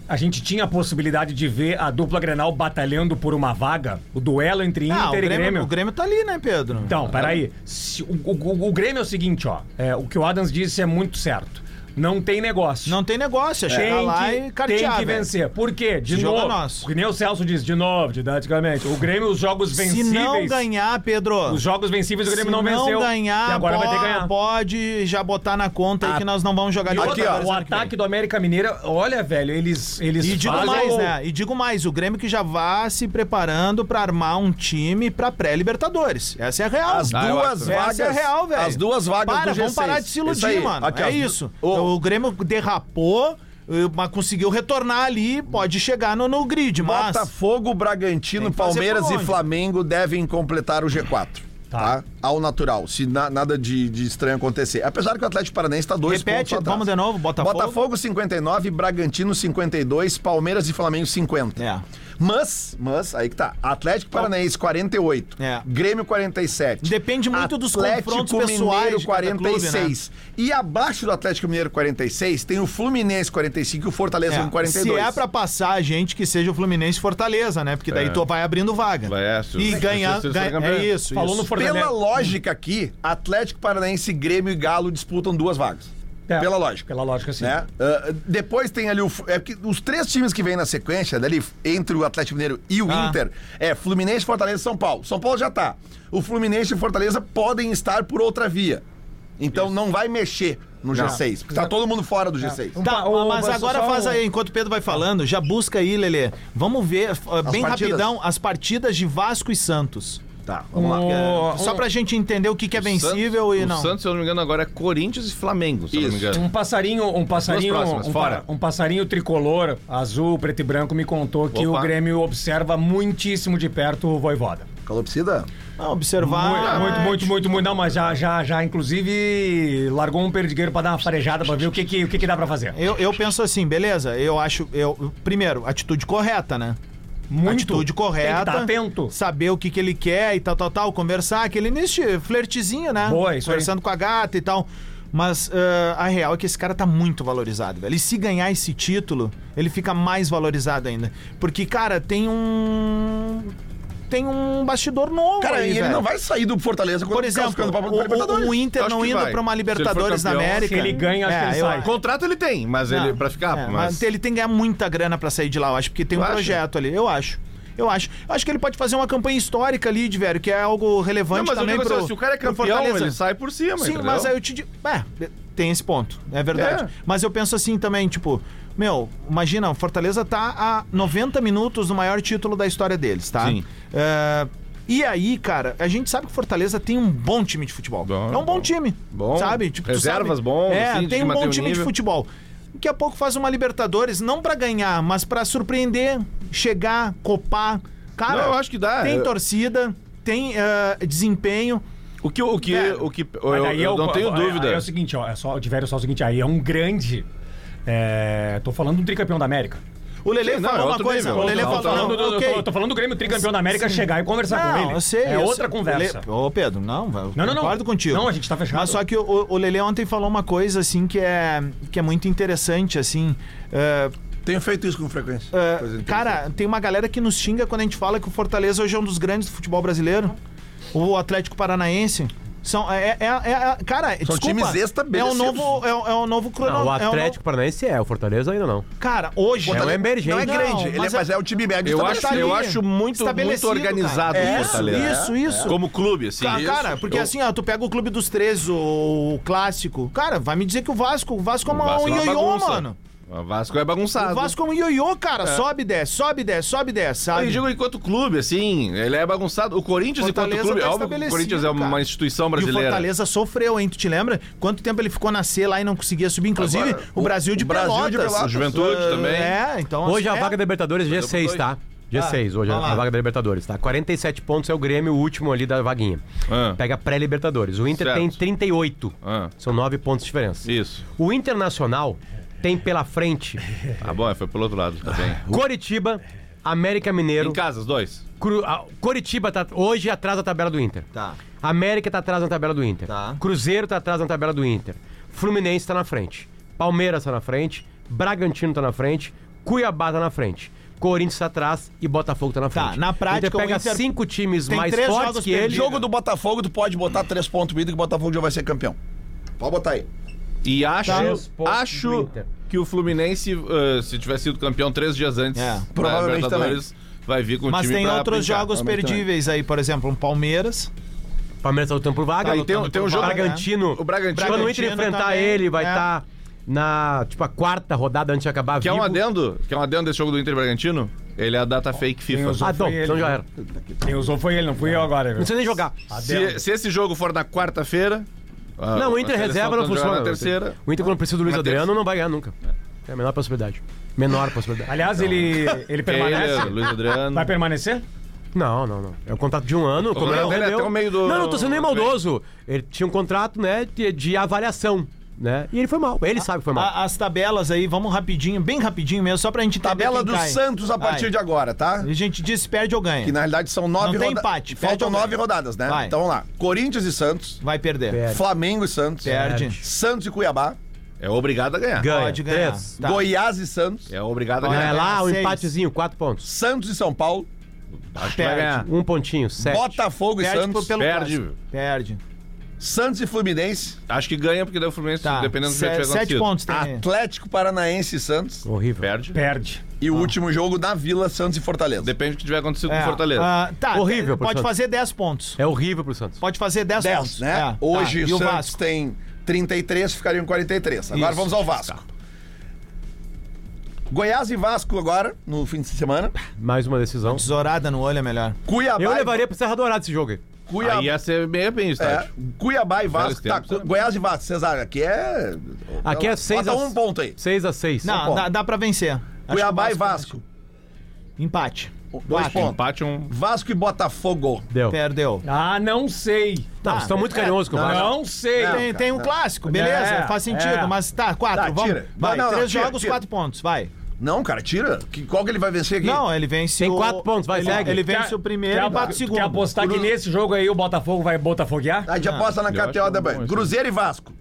Speaker 4: a gente tinha a possibilidade de ver a dupla Grenal batalhando por uma vaga? O duelo entre Inter
Speaker 3: Ah, o
Speaker 4: e
Speaker 3: Grêmio,
Speaker 4: Grêmio?
Speaker 3: o Grêmio tá ali, né, Pedro?
Speaker 4: Então, peraí. Se- o, o- o Grêmio é o seguinte, ó. É, o que o Adams disse é muito certo. Não tem negócio.
Speaker 3: Não tem negócio, é chegar
Speaker 4: tem
Speaker 3: lá
Speaker 4: que,
Speaker 3: e cartear.
Speaker 4: tem que
Speaker 3: velho.
Speaker 4: vencer. Por quê? De
Speaker 3: Esse jogo
Speaker 4: novo.
Speaker 3: é nosso.
Speaker 4: Que nem o Celso diz, de novo, didaticamente. O Grêmio, os jogos
Speaker 3: Se
Speaker 4: vencíveis.
Speaker 3: não ganhar, Pedro.
Speaker 4: Os jogos vencíveis o
Speaker 3: se
Speaker 4: Grêmio não venceu.
Speaker 3: ganhar,
Speaker 4: e agora vai ter que
Speaker 3: po-
Speaker 4: ganhar. Ah,
Speaker 3: Pode já botar na conta aí que nós não vamos jogar
Speaker 4: E
Speaker 3: de
Speaker 4: outra,
Speaker 2: Aqui, ó.
Speaker 4: o ataque do América Mineira, olha, velho, eles eles
Speaker 3: E digo
Speaker 4: fazem
Speaker 3: mais,
Speaker 4: o-
Speaker 3: né? E digo mais, o Grêmio que já vá se preparando pra armar um time pra pré-Libertadores. Essa é a real.
Speaker 2: As
Speaker 5: Ah, eu
Speaker 2: duas
Speaker 5: acho.
Speaker 2: vagas.
Speaker 3: Essa é a real, velho.
Speaker 2: As duas vagas
Speaker 3: Para,
Speaker 2: do G6.
Speaker 3: vamos parar de se iludir,
Speaker 2: Isso aí.
Speaker 3: mano.
Speaker 2: Aqui,
Speaker 3: é
Speaker 2: as du-
Speaker 3: isso.
Speaker 2: Ô,
Speaker 3: O Grêmio derrapou, eh, mas conseguiu retornar ali, pode chegar no, no grid, mas...
Speaker 2: Botafogo, Bragantino,
Speaker 3: Tem que fazer
Speaker 2: Palmeiras
Speaker 3: pra
Speaker 2: e
Speaker 3: onde?
Speaker 2: Flamengo devem completar o G4. Tá. Ao natural, se na- nada de, de estranho acontecer. Apesar que o Atlético Paranaense está dois
Speaker 3: Repete,
Speaker 2: pontos atrás.
Speaker 3: vamos de novo, Botafogo.
Speaker 2: Botafogo 59, Bragantino 52, Palmeiras e Flamengo 50.
Speaker 3: É.
Speaker 2: Mas, mas, aí que tá. Atlético Paranaense 48,
Speaker 3: É.
Speaker 2: Grêmio 47.
Speaker 3: Depende muito dos confrontos pessoais
Speaker 2: Mineiro
Speaker 3: de cada clube, né?
Speaker 2: 46. E abaixo do Atlético Mineiro 46 tem o Fluminense 45 e o Fortaleza
Speaker 3: É,
Speaker 2: com 42.
Speaker 3: Se é pra passar a gente que seja o Fluminense e Fortaleza, né? Porque daí tu vai abrindo vaga.
Speaker 5: Vai, é, se-
Speaker 3: e
Speaker 5: se-
Speaker 3: ganhar.
Speaker 5: se- se- se-
Speaker 3: ganha-
Speaker 5: campeão.
Speaker 3: é isso.
Speaker 4: Falou
Speaker 3: isso.
Speaker 4: no Fortaleza.
Speaker 2: Pela lógica aqui, Atlético Paranaense, Grêmio e Galo disputam duas vagas.
Speaker 4: É,
Speaker 2: Pela lógica.
Speaker 4: Pela lógica, sim.
Speaker 2: Né? Ah, depois tem ali o. Fu- É que os três times que vêm na sequência, dali, entre o Atlético Mineiro e o
Speaker 3: Ah.
Speaker 2: Inter, é Fluminense, Fortaleza e São Paulo. São Paulo já tá. O Fluminense e o Fortaleza podem estar por outra via. Então não vai mexer no G6. Porque tá todo mundo fora do G6.
Speaker 3: Tá,
Speaker 4: Ô,
Speaker 3: mas
Speaker 4: mas
Speaker 3: agora
Speaker 4: só
Speaker 3: faz
Speaker 4: um-
Speaker 3: aí, enquanto o Pedro vai falando, já busca aí, Lelê. Vamos ver, f- bem
Speaker 2: partidas.
Speaker 3: rapidão, as partidas de Vasco e Santos.
Speaker 2: Tá, vamos lá.
Speaker 3: É,
Speaker 4: um-
Speaker 3: Só pra gente entender o que, que é vencível
Speaker 5: Santos-
Speaker 3: e
Speaker 5: o
Speaker 3: não.
Speaker 5: Santos, se eu não me engano, agora é Corinthians e Flamengo, se eu não me engano.
Speaker 4: Um passarinho, um passarinho,
Speaker 5: Duas próximas,
Speaker 4: um,
Speaker 5: fora.
Speaker 4: um passarinho tricolor, azul, preto e branco, me contou que
Speaker 5: Opa.
Speaker 4: o Grêmio observa muitíssimo de perto o Voivoda.
Speaker 2: Calopsida?
Speaker 3: Não, observar.
Speaker 4: Muito, muito, muito, muito, muito. Não, mas já, já, já, inclusive, largou um perdigueiro pra dar uma farejada pra ver o que, que, o que, que dá pra fazer.
Speaker 3: Eu, eu penso assim, beleza, eu acho. Eu, primeiro, atitude correta, né?
Speaker 4: Muito.
Speaker 3: atitude
Speaker 4: Tem que
Speaker 3: correta.
Speaker 4: tá atento.
Speaker 3: Saber o que, que ele quer e tal, tal, tal. Conversar, aquele início, flertezinho, né?
Speaker 4: Boa, isso aí.
Speaker 3: Conversando com a gata e tal. Mas ah, a real é que esse cara tá muito valorizado, velho. E se ganhar esse título, ele fica mais valorizado ainda. Porque, cara, tem um. tem um bastidor novo
Speaker 2: Cara,
Speaker 3: aí,
Speaker 2: e ele
Speaker 3: velho.
Speaker 2: não vai sair do Fortaleza quando
Speaker 3: Por
Speaker 2: ele ficar
Speaker 3: exemplo,
Speaker 2: ficando pra, pra
Speaker 3: o,
Speaker 2: Libertadores.
Speaker 3: o- o Inter
Speaker 5: Acho
Speaker 3: não
Speaker 5: que
Speaker 3: indo
Speaker 5: vai.
Speaker 3: pra uma
Speaker 5: Se ele for
Speaker 3: Libertadores da
Speaker 5: campeão, se
Speaker 3: América. É,
Speaker 4: ele ganha, acho que ele
Speaker 3: eu-
Speaker 4: sai.
Speaker 5: Um Contrato ele tem, mas ele.
Speaker 3: Não.
Speaker 5: pra ficar.
Speaker 3: É,
Speaker 5: mas...
Speaker 3: mas ele tem que ganhar muita grana pra sair de lá, eu acho, porque tem um
Speaker 5: acha?
Speaker 3: projeto ali, eu acho. Eu acho. Eu acho que ele pode fazer uma campanha histórica ali, de velho, que é algo relevante
Speaker 5: Não, mas eu
Speaker 3: também
Speaker 5: digo assim,
Speaker 3: pro,
Speaker 5: ó, se o cara é
Speaker 3: pro né?
Speaker 5: campeão,
Speaker 3: Fortaleza.
Speaker 5: ele sai por cima.
Speaker 3: Sim,
Speaker 5: entendeu?
Speaker 3: mas aí eu te digo. É, tem esse ponto, é verdade.
Speaker 5: É.
Speaker 3: Mas eu penso assim também, tipo, meu, imagina, o Fortaleza tá a 90 minutos do maior título da história deles, tá?
Speaker 5: Sim.
Speaker 3: É, e aí, cara, a gente sabe que o Fortaleza tem um bom time de futebol.
Speaker 5: Bom,
Speaker 3: é um bom,
Speaker 5: bom.
Speaker 3: time.
Speaker 5: Bom.
Speaker 3: Sabe? Tipo, tu
Speaker 5: Reservas
Speaker 3: sabe.
Speaker 5: bons,
Speaker 3: É,
Speaker 5: assim, de
Speaker 3: tem um
Speaker 5: manter
Speaker 3: bom
Speaker 5: o
Speaker 3: time de
Speaker 5: nível.
Speaker 3: futebol. Daqui a pouco faz uma Libertadores, não pra ganhar, mas pra surpreender, chegar, copar. Cara,
Speaker 5: Não, eu acho que dá.
Speaker 3: tem
Speaker 5: Eu-
Speaker 3: torcida, tem eh, desempenho.
Speaker 5: O que, o que,
Speaker 3: Velho.
Speaker 5: o que eu,
Speaker 4: Mas
Speaker 5: eu,
Speaker 4: daí é o-
Speaker 5: não tenho
Speaker 4: é-
Speaker 5: dúvida.
Speaker 4: É, o seguinte, ó, é só, de velho, é só o seguinte, aí é um grande. É, tô falando do tricampeão da América.
Speaker 3: O Lelê
Speaker 5: Sim, não,
Speaker 3: falou
Speaker 5: é
Speaker 3: uma
Speaker 5: outro
Speaker 3: coisa.
Speaker 5: nível.
Speaker 3: O Lelê
Speaker 5: Não,
Speaker 3: falou.
Speaker 4: tô, falando do,
Speaker 3: não, ok.
Speaker 4: tô, tô falando do Grêmio tricampeão da América chegar e conversar
Speaker 3: Não,
Speaker 4: com ele.
Speaker 3: eu sei.
Speaker 4: é
Speaker 3: eu
Speaker 4: outra
Speaker 3: sei.
Speaker 4: conversa.
Speaker 3: Lelê- Ô, Pedro, não, eu
Speaker 4: Não, não, não.
Speaker 3: concordo contigo.
Speaker 4: Não, a gente tá fechado.
Speaker 3: Mas só que o, o Lelê ontem falou uma coisa, assim, que é, que é muito interessante, assim. é,
Speaker 2: Tenho feito isso com frequência.
Speaker 3: é,
Speaker 2: Coisa interessante.
Speaker 3: cara, tem uma galera que nos xinga quando a gente fala que o Fortaleza hoje é um dos grandes do futebol brasileiro. O Atlético Paranaense. São, é, é, é- é- cara, São desculpa,
Speaker 2: times
Speaker 3: é o
Speaker 2: estabelecidos.
Speaker 3: novo É, o- é o novo
Speaker 9: Não, o
Speaker 3: cronômetro.
Speaker 9: Atlético Paranaense é, o Fortaleza ainda não.
Speaker 3: cara, hoje.
Speaker 9: É um emergente.
Speaker 2: Não é grande,
Speaker 3: Não,
Speaker 2: ele
Speaker 3: mas
Speaker 2: é, mas é um time médio
Speaker 5: eu,
Speaker 2: também.
Speaker 5: acho,
Speaker 3: tá ali,
Speaker 5: eu acho muito, muito
Speaker 3: estabelecido,
Speaker 5: organizado
Speaker 3: cara.
Speaker 5: o
Speaker 3: É,
Speaker 5: Fortaleza.
Speaker 3: isso, isso.
Speaker 5: Como clube, assim.
Speaker 3: Ca- cara,
Speaker 5: Isso.
Speaker 3: porque
Speaker 5: Eu-
Speaker 3: assim, ó, tu pega o clube dos três, o, o clássico. Cara, vai me dizer que o Vasco, o Vasco é uma- um
Speaker 5: Vasco é uma
Speaker 3: ioiô,
Speaker 5: bagunça.
Speaker 3: mano.
Speaker 5: O Vasco é
Speaker 9: Tá,
Speaker 5: bagunçado.
Speaker 3: O Vasco é um ioiô, cara. Sobe e desce, sobe e desce, sobe e desce,
Speaker 5: Eu
Speaker 3: sabe?
Speaker 5: digo enquanto clube, assim, ele é bagunçado. O Corinthians
Speaker 3: Fortaleza
Speaker 5: enquanto clube,
Speaker 3: tá
Speaker 5: óbvio que o
Speaker 3: estabelecido,
Speaker 5: Corinthians é uma
Speaker 3: cara. E
Speaker 5: instituição
Speaker 3: o
Speaker 5: brasileira.
Speaker 3: Fortaleza sofreu, hein? Tu te lembra? Quanto tempo ele ficou na C lá e não conseguia subir? Inclusive,
Speaker 2: Agora,
Speaker 3: o, Brasil de
Speaker 2: o Brasil
Speaker 3: Pelotas.
Speaker 2: de
Speaker 5: O
Speaker 2: Pelotas.
Speaker 5: Juventude também.
Speaker 3: É, então...
Speaker 9: Hoje a
Speaker 3: é,
Speaker 9: vaga da Libertadores é G6, tá? G6, hoje
Speaker 3: vai lá.
Speaker 9: a vaga da Libertadores, tá? 47 pontos é o Grêmio, o último ali da vaguinha.
Speaker 5: Ah.
Speaker 9: Pega pré-Libertadores. O Inter
Speaker 5: Certo.
Speaker 9: tem 38.
Speaker 5: Ah.
Speaker 9: São 9 pontos de diferença.
Speaker 5: Isso.
Speaker 9: O Internacional tem pela frente
Speaker 5: Ah, bom, foi pelo outro lado. Tá bem.
Speaker 9: Coritiba, América Mineiro.
Speaker 5: Em casa, os dois.
Speaker 9: Cru- a- Coritiba tá hoje atrás da tabela do Inter.
Speaker 3: Tá.
Speaker 9: América tá atrás na tabela do Inter.
Speaker 3: Tá.
Speaker 9: Cruzeiro tá atrás na tabela do Inter. Fluminense tá na frente. Palmeiras tá na frente. Bragantino tá na frente. Cuiabá tá na frente. Corinthians tá atrás e Botafogo tá na
Speaker 3: Tá,
Speaker 9: frente.
Speaker 3: na prática,
Speaker 9: Inter pega
Speaker 3: o Inter
Speaker 9: cinco times
Speaker 3: tem
Speaker 9: mais
Speaker 3: três
Speaker 9: fortes
Speaker 3: jogos
Speaker 9: que ele.
Speaker 2: O jogo do Botafogo, tu pode botar três pontos pro Inter que o Botafogo já vai ser campeão. Pode botar aí.
Speaker 5: E acho,
Speaker 9: Três pontos do
Speaker 5: acho
Speaker 9: Inter.
Speaker 5: que o Fluminense, eh, se tivesse sido campeão três dias antes,
Speaker 3: É,
Speaker 5: da
Speaker 2: provavelmente
Speaker 5: Libertadores, vai vir com o
Speaker 3: Mas
Speaker 5: time
Speaker 3: tem
Speaker 5: pra
Speaker 3: outros
Speaker 5: brincar.
Speaker 3: jogos
Speaker 2: também.
Speaker 3: perdíveis aí, por exemplo, um Palmeiras.
Speaker 9: Palmeiras tá lutando por vaga.
Speaker 5: Tá, e
Speaker 9: lutando
Speaker 5: tem-
Speaker 9: por
Speaker 5: tem um jogo-
Speaker 9: Bragantino.
Speaker 5: O Bragantino-
Speaker 9: Quando o Inter
Speaker 3: Bragantino
Speaker 9: enfrentar
Speaker 3: também,
Speaker 9: ele, vai
Speaker 3: é.
Speaker 9: estar na, tipo, a quarta rodada antes de acabar
Speaker 5: Que é um
Speaker 9: vivo.
Speaker 5: adendo, que é um adendo desse jogo do Inter e Bragantino, ele é a data fake FIFA.
Speaker 4: os-
Speaker 9: Ah, não,
Speaker 4: Foi ele,
Speaker 9: então já
Speaker 4: né?
Speaker 9: era.
Speaker 4: Quem usou foi ele, não fui eu agora.
Speaker 9: Não precisa nem jogar.
Speaker 5: Se, se esse jogo for na quarta-feira. a-
Speaker 9: Não, o
Speaker 5: a
Speaker 9: Inter
Speaker 5: seleção
Speaker 9: reserva não
Speaker 5: quando jogar
Speaker 9: funciona.
Speaker 5: Na terceira.
Speaker 9: O Inter, quando precisa do Luiz
Speaker 5: Na
Speaker 9: Adriano,
Speaker 5: terça.
Speaker 9: não vai ganhar nunca. É a menor possibilidade. Menor possibilidade.
Speaker 4: Aliás, ele, ele permanece.
Speaker 5: Ele, é Luiz Adriano.
Speaker 4: Vai permanecer?
Speaker 9: Não, não, não. É um contrato de um ano. como
Speaker 5: contrato
Speaker 9: ele
Speaker 5: dele é
Speaker 9: vendeu-
Speaker 5: até o meio do-
Speaker 9: Não, não tô sendo nem
Speaker 5: do mês.
Speaker 9: maldoso. Ele tinha um contrato, né, de, de avaliação, né? E ele foi mal. Ele sabe que foi mal.
Speaker 3: A- as tabelas aí, vamos rapidinho, bem rapidinho mesmo, só pra gente entender
Speaker 2: Tabela
Speaker 3: quem
Speaker 2: do
Speaker 3: cai.
Speaker 2: Santos a partir
Speaker 3: Vai.
Speaker 2: de agora, tá?
Speaker 3: A gente diz se perde ou ganha.
Speaker 2: Que na realidade são nove
Speaker 3: Não tem
Speaker 2: roda-
Speaker 3: empate, perde
Speaker 2: Faltam
Speaker 3: ou
Speaker 2: nove
Speaker 3: ganha.
Speaker 2: rodadas, né?
Speaker 3: Vai.
Speaker 2: Então vamos lá. Corinthians e Santos.
Speaker 3: Vai perder.
Speaker 9: Perde.
Speaker 2: Flamengo e Santos.
Speaker 3: Perde.
Speaker 2: Santos e Cuiabá.
Speaker 5: É obrigado a ganhar.
Speaker 9: Ganha.
Speaker 3: Pode ganhar.
Speaker 9: Três.
Speaker 3: Tá.
Speaker 2: Goiás e Santos.
Speaker 5: É obrigado a
Speaker 9: Não, é
Speaker 5: ganhar.
Speaker 9: lá, um
Speaker 3: Seis.
Speaker 9: empatezinho, quatro pontos.
Speaker 2: Santos e São Paulo.
Speaker 5: Acho que vai
Speaker 3: perde.
Speaker 5: ganhar.
Speaker 9: Um pontinho, sete.
Speaker 2: Botafogo e
Speaker 3: Perde
Speaker 2: Santos.
Speaker 3: pro- pelo
Speaker 5: Perde.
Speaker 3: clássico. Perde.
Speaker 2: Santos e Fluminense.
Speaker 5: Acho que ganha, porque daí o Fluminense,
Speaker 3: Tá.
Speaker 5: dependendo do que
Speaker 3: Se-
Speaker 5: já tiver Ah,
Speaker 3: Sete
Speaker 5: acontecido.
Speaker 3: pontos tá. tem. aí.
Speaker 2: Atlético Paranaense e Santos.
Speaker 9: Horrível.
Speaker 5: Perde.
Speaker 4: Perde.
Speaker 2: E o
Speaker 3: Ah.
Speaker 2: último jogo na Vila, Santos e Fortaleza.
Speaker 5: Depende do que tiver acontecido
Speaker 3: É,
Speaker 5: com o Fortaleza.
Speaker 3: ah, tá,
Speaker 9: Horrível,
Speaker 3: Pode
Speaker 9: portanto.
Speaker 3: fazer 10 pontos.
Speaker 9: É horrível pro Santos.
Speaker 3: Pode fazer 10 pontos.
Speaker 2: 10, né?
Speaker 3: É,
Speaker 2: Hoje
Speaker 3: tá. E
Speaker 2: o
Speaker 3: o
Speaker 2: Santos
Speaker 3: Vasco.
Speaker 2: tem 33, ficariam 43. Agora
Speaker 9: Isso.
Speaker 2: vamos ao Vasco. Goiás e Vasco agora, no fim de semana.
Speaker 9: Mais uma decisão.
Speaker 3: Tesourada no olho é melhor.
Speaker 2: Cuiabá,
Speaker 9: Eu
Speaker 2: e-
Speaker 9: levaria pro Serra Dourada esse jogo aí.
Speaker 2: Cuiabá,
Speaker 5: Aí ia ser meio bem o
Speaker 2: é,
Speaker 5: estádio.
Speaker 2: Cuiabá e Vasco.
Speaker 5: Velhos
Speaker 2: Tá,
Speaker 5: tempos,
Speaker 2: Cu-
Speaker 5: né?
Speaker 2: Goiás e Vasco, Cesar, aqui é.
Speaker 5: Então,
Speaker 9: Aqui é seis
Speaker 2: Bota
Speaker 9: a-
Speaker 2: um ponto aí.
Speaker 9: 6x6.
Speaker 5: Um
Speaker 3: Não, dá, dá pra vencer. Acho que o
Speaker 2: Cuiabá Tá e Vasco.
Speaker 3: Empate.
Speaker 2: Dois
Speaker 3: Quatro.
Speaker 2: pontos.
Speaker 5: Empate um.
Speaker 2: Vasco e Botafogo.
Speaker 9: Deu.
Speaker 3: Perdeu.
Speaker 4: Ah, não sei.
Speaker 9: Tá, vocês estão
Speaker 3: Ah,
Speaker 9: muito carinhosos com o Vasco.
Speaker 4: Não sei.
Speaker 3: Tem, tem um clássico, beleza,
Speaker 4: É,
Speaker 3: faz sentido,
Speaker 4: é.
Speaker 3: mas tá, quatro,
Speaker 2: Tá,
Speaker 3: vamos.
Speaker 2: tira.
Speaker 3: Vai,
Speaker 2: Não, não,
Speaker 3: três
Speaker 2: não, tira,
Speaker 3: jogos,
Speaker 2: tira.
Speaker 3: quatro pontos, vai.
Speaker 2: Não, cara, tira. Que, qual que ele vai vencer aqui?
Speaker 3: Não, ele vence
Speaker 9: Tem
Speaker 3: o...
Speaker 9: quatro pontos, vai,
Speaker 3: ele,
Speaker 9: segue.
Speaker 3: ele
Speaker 4: Quer-
Speaker 3: vence o primeiro
Speaker 4: quer
Speaker 3: e
Speaker 4: ap-
Speaker 3: empata o segundo.
Speaker 4: Quer apostar que nesse jogo aí o Botafogo vai botafoguear?
Speaker 2: A gente aposta na
Speaker 5: Eu acho que
Speaker 2: KTO
Speaker 5: é
Speaker 2: da
Speaker 5: bom
Speaker 2: Banha.
Speaker 5: isso.
Speaker 2: Cruzeiro e Vasco.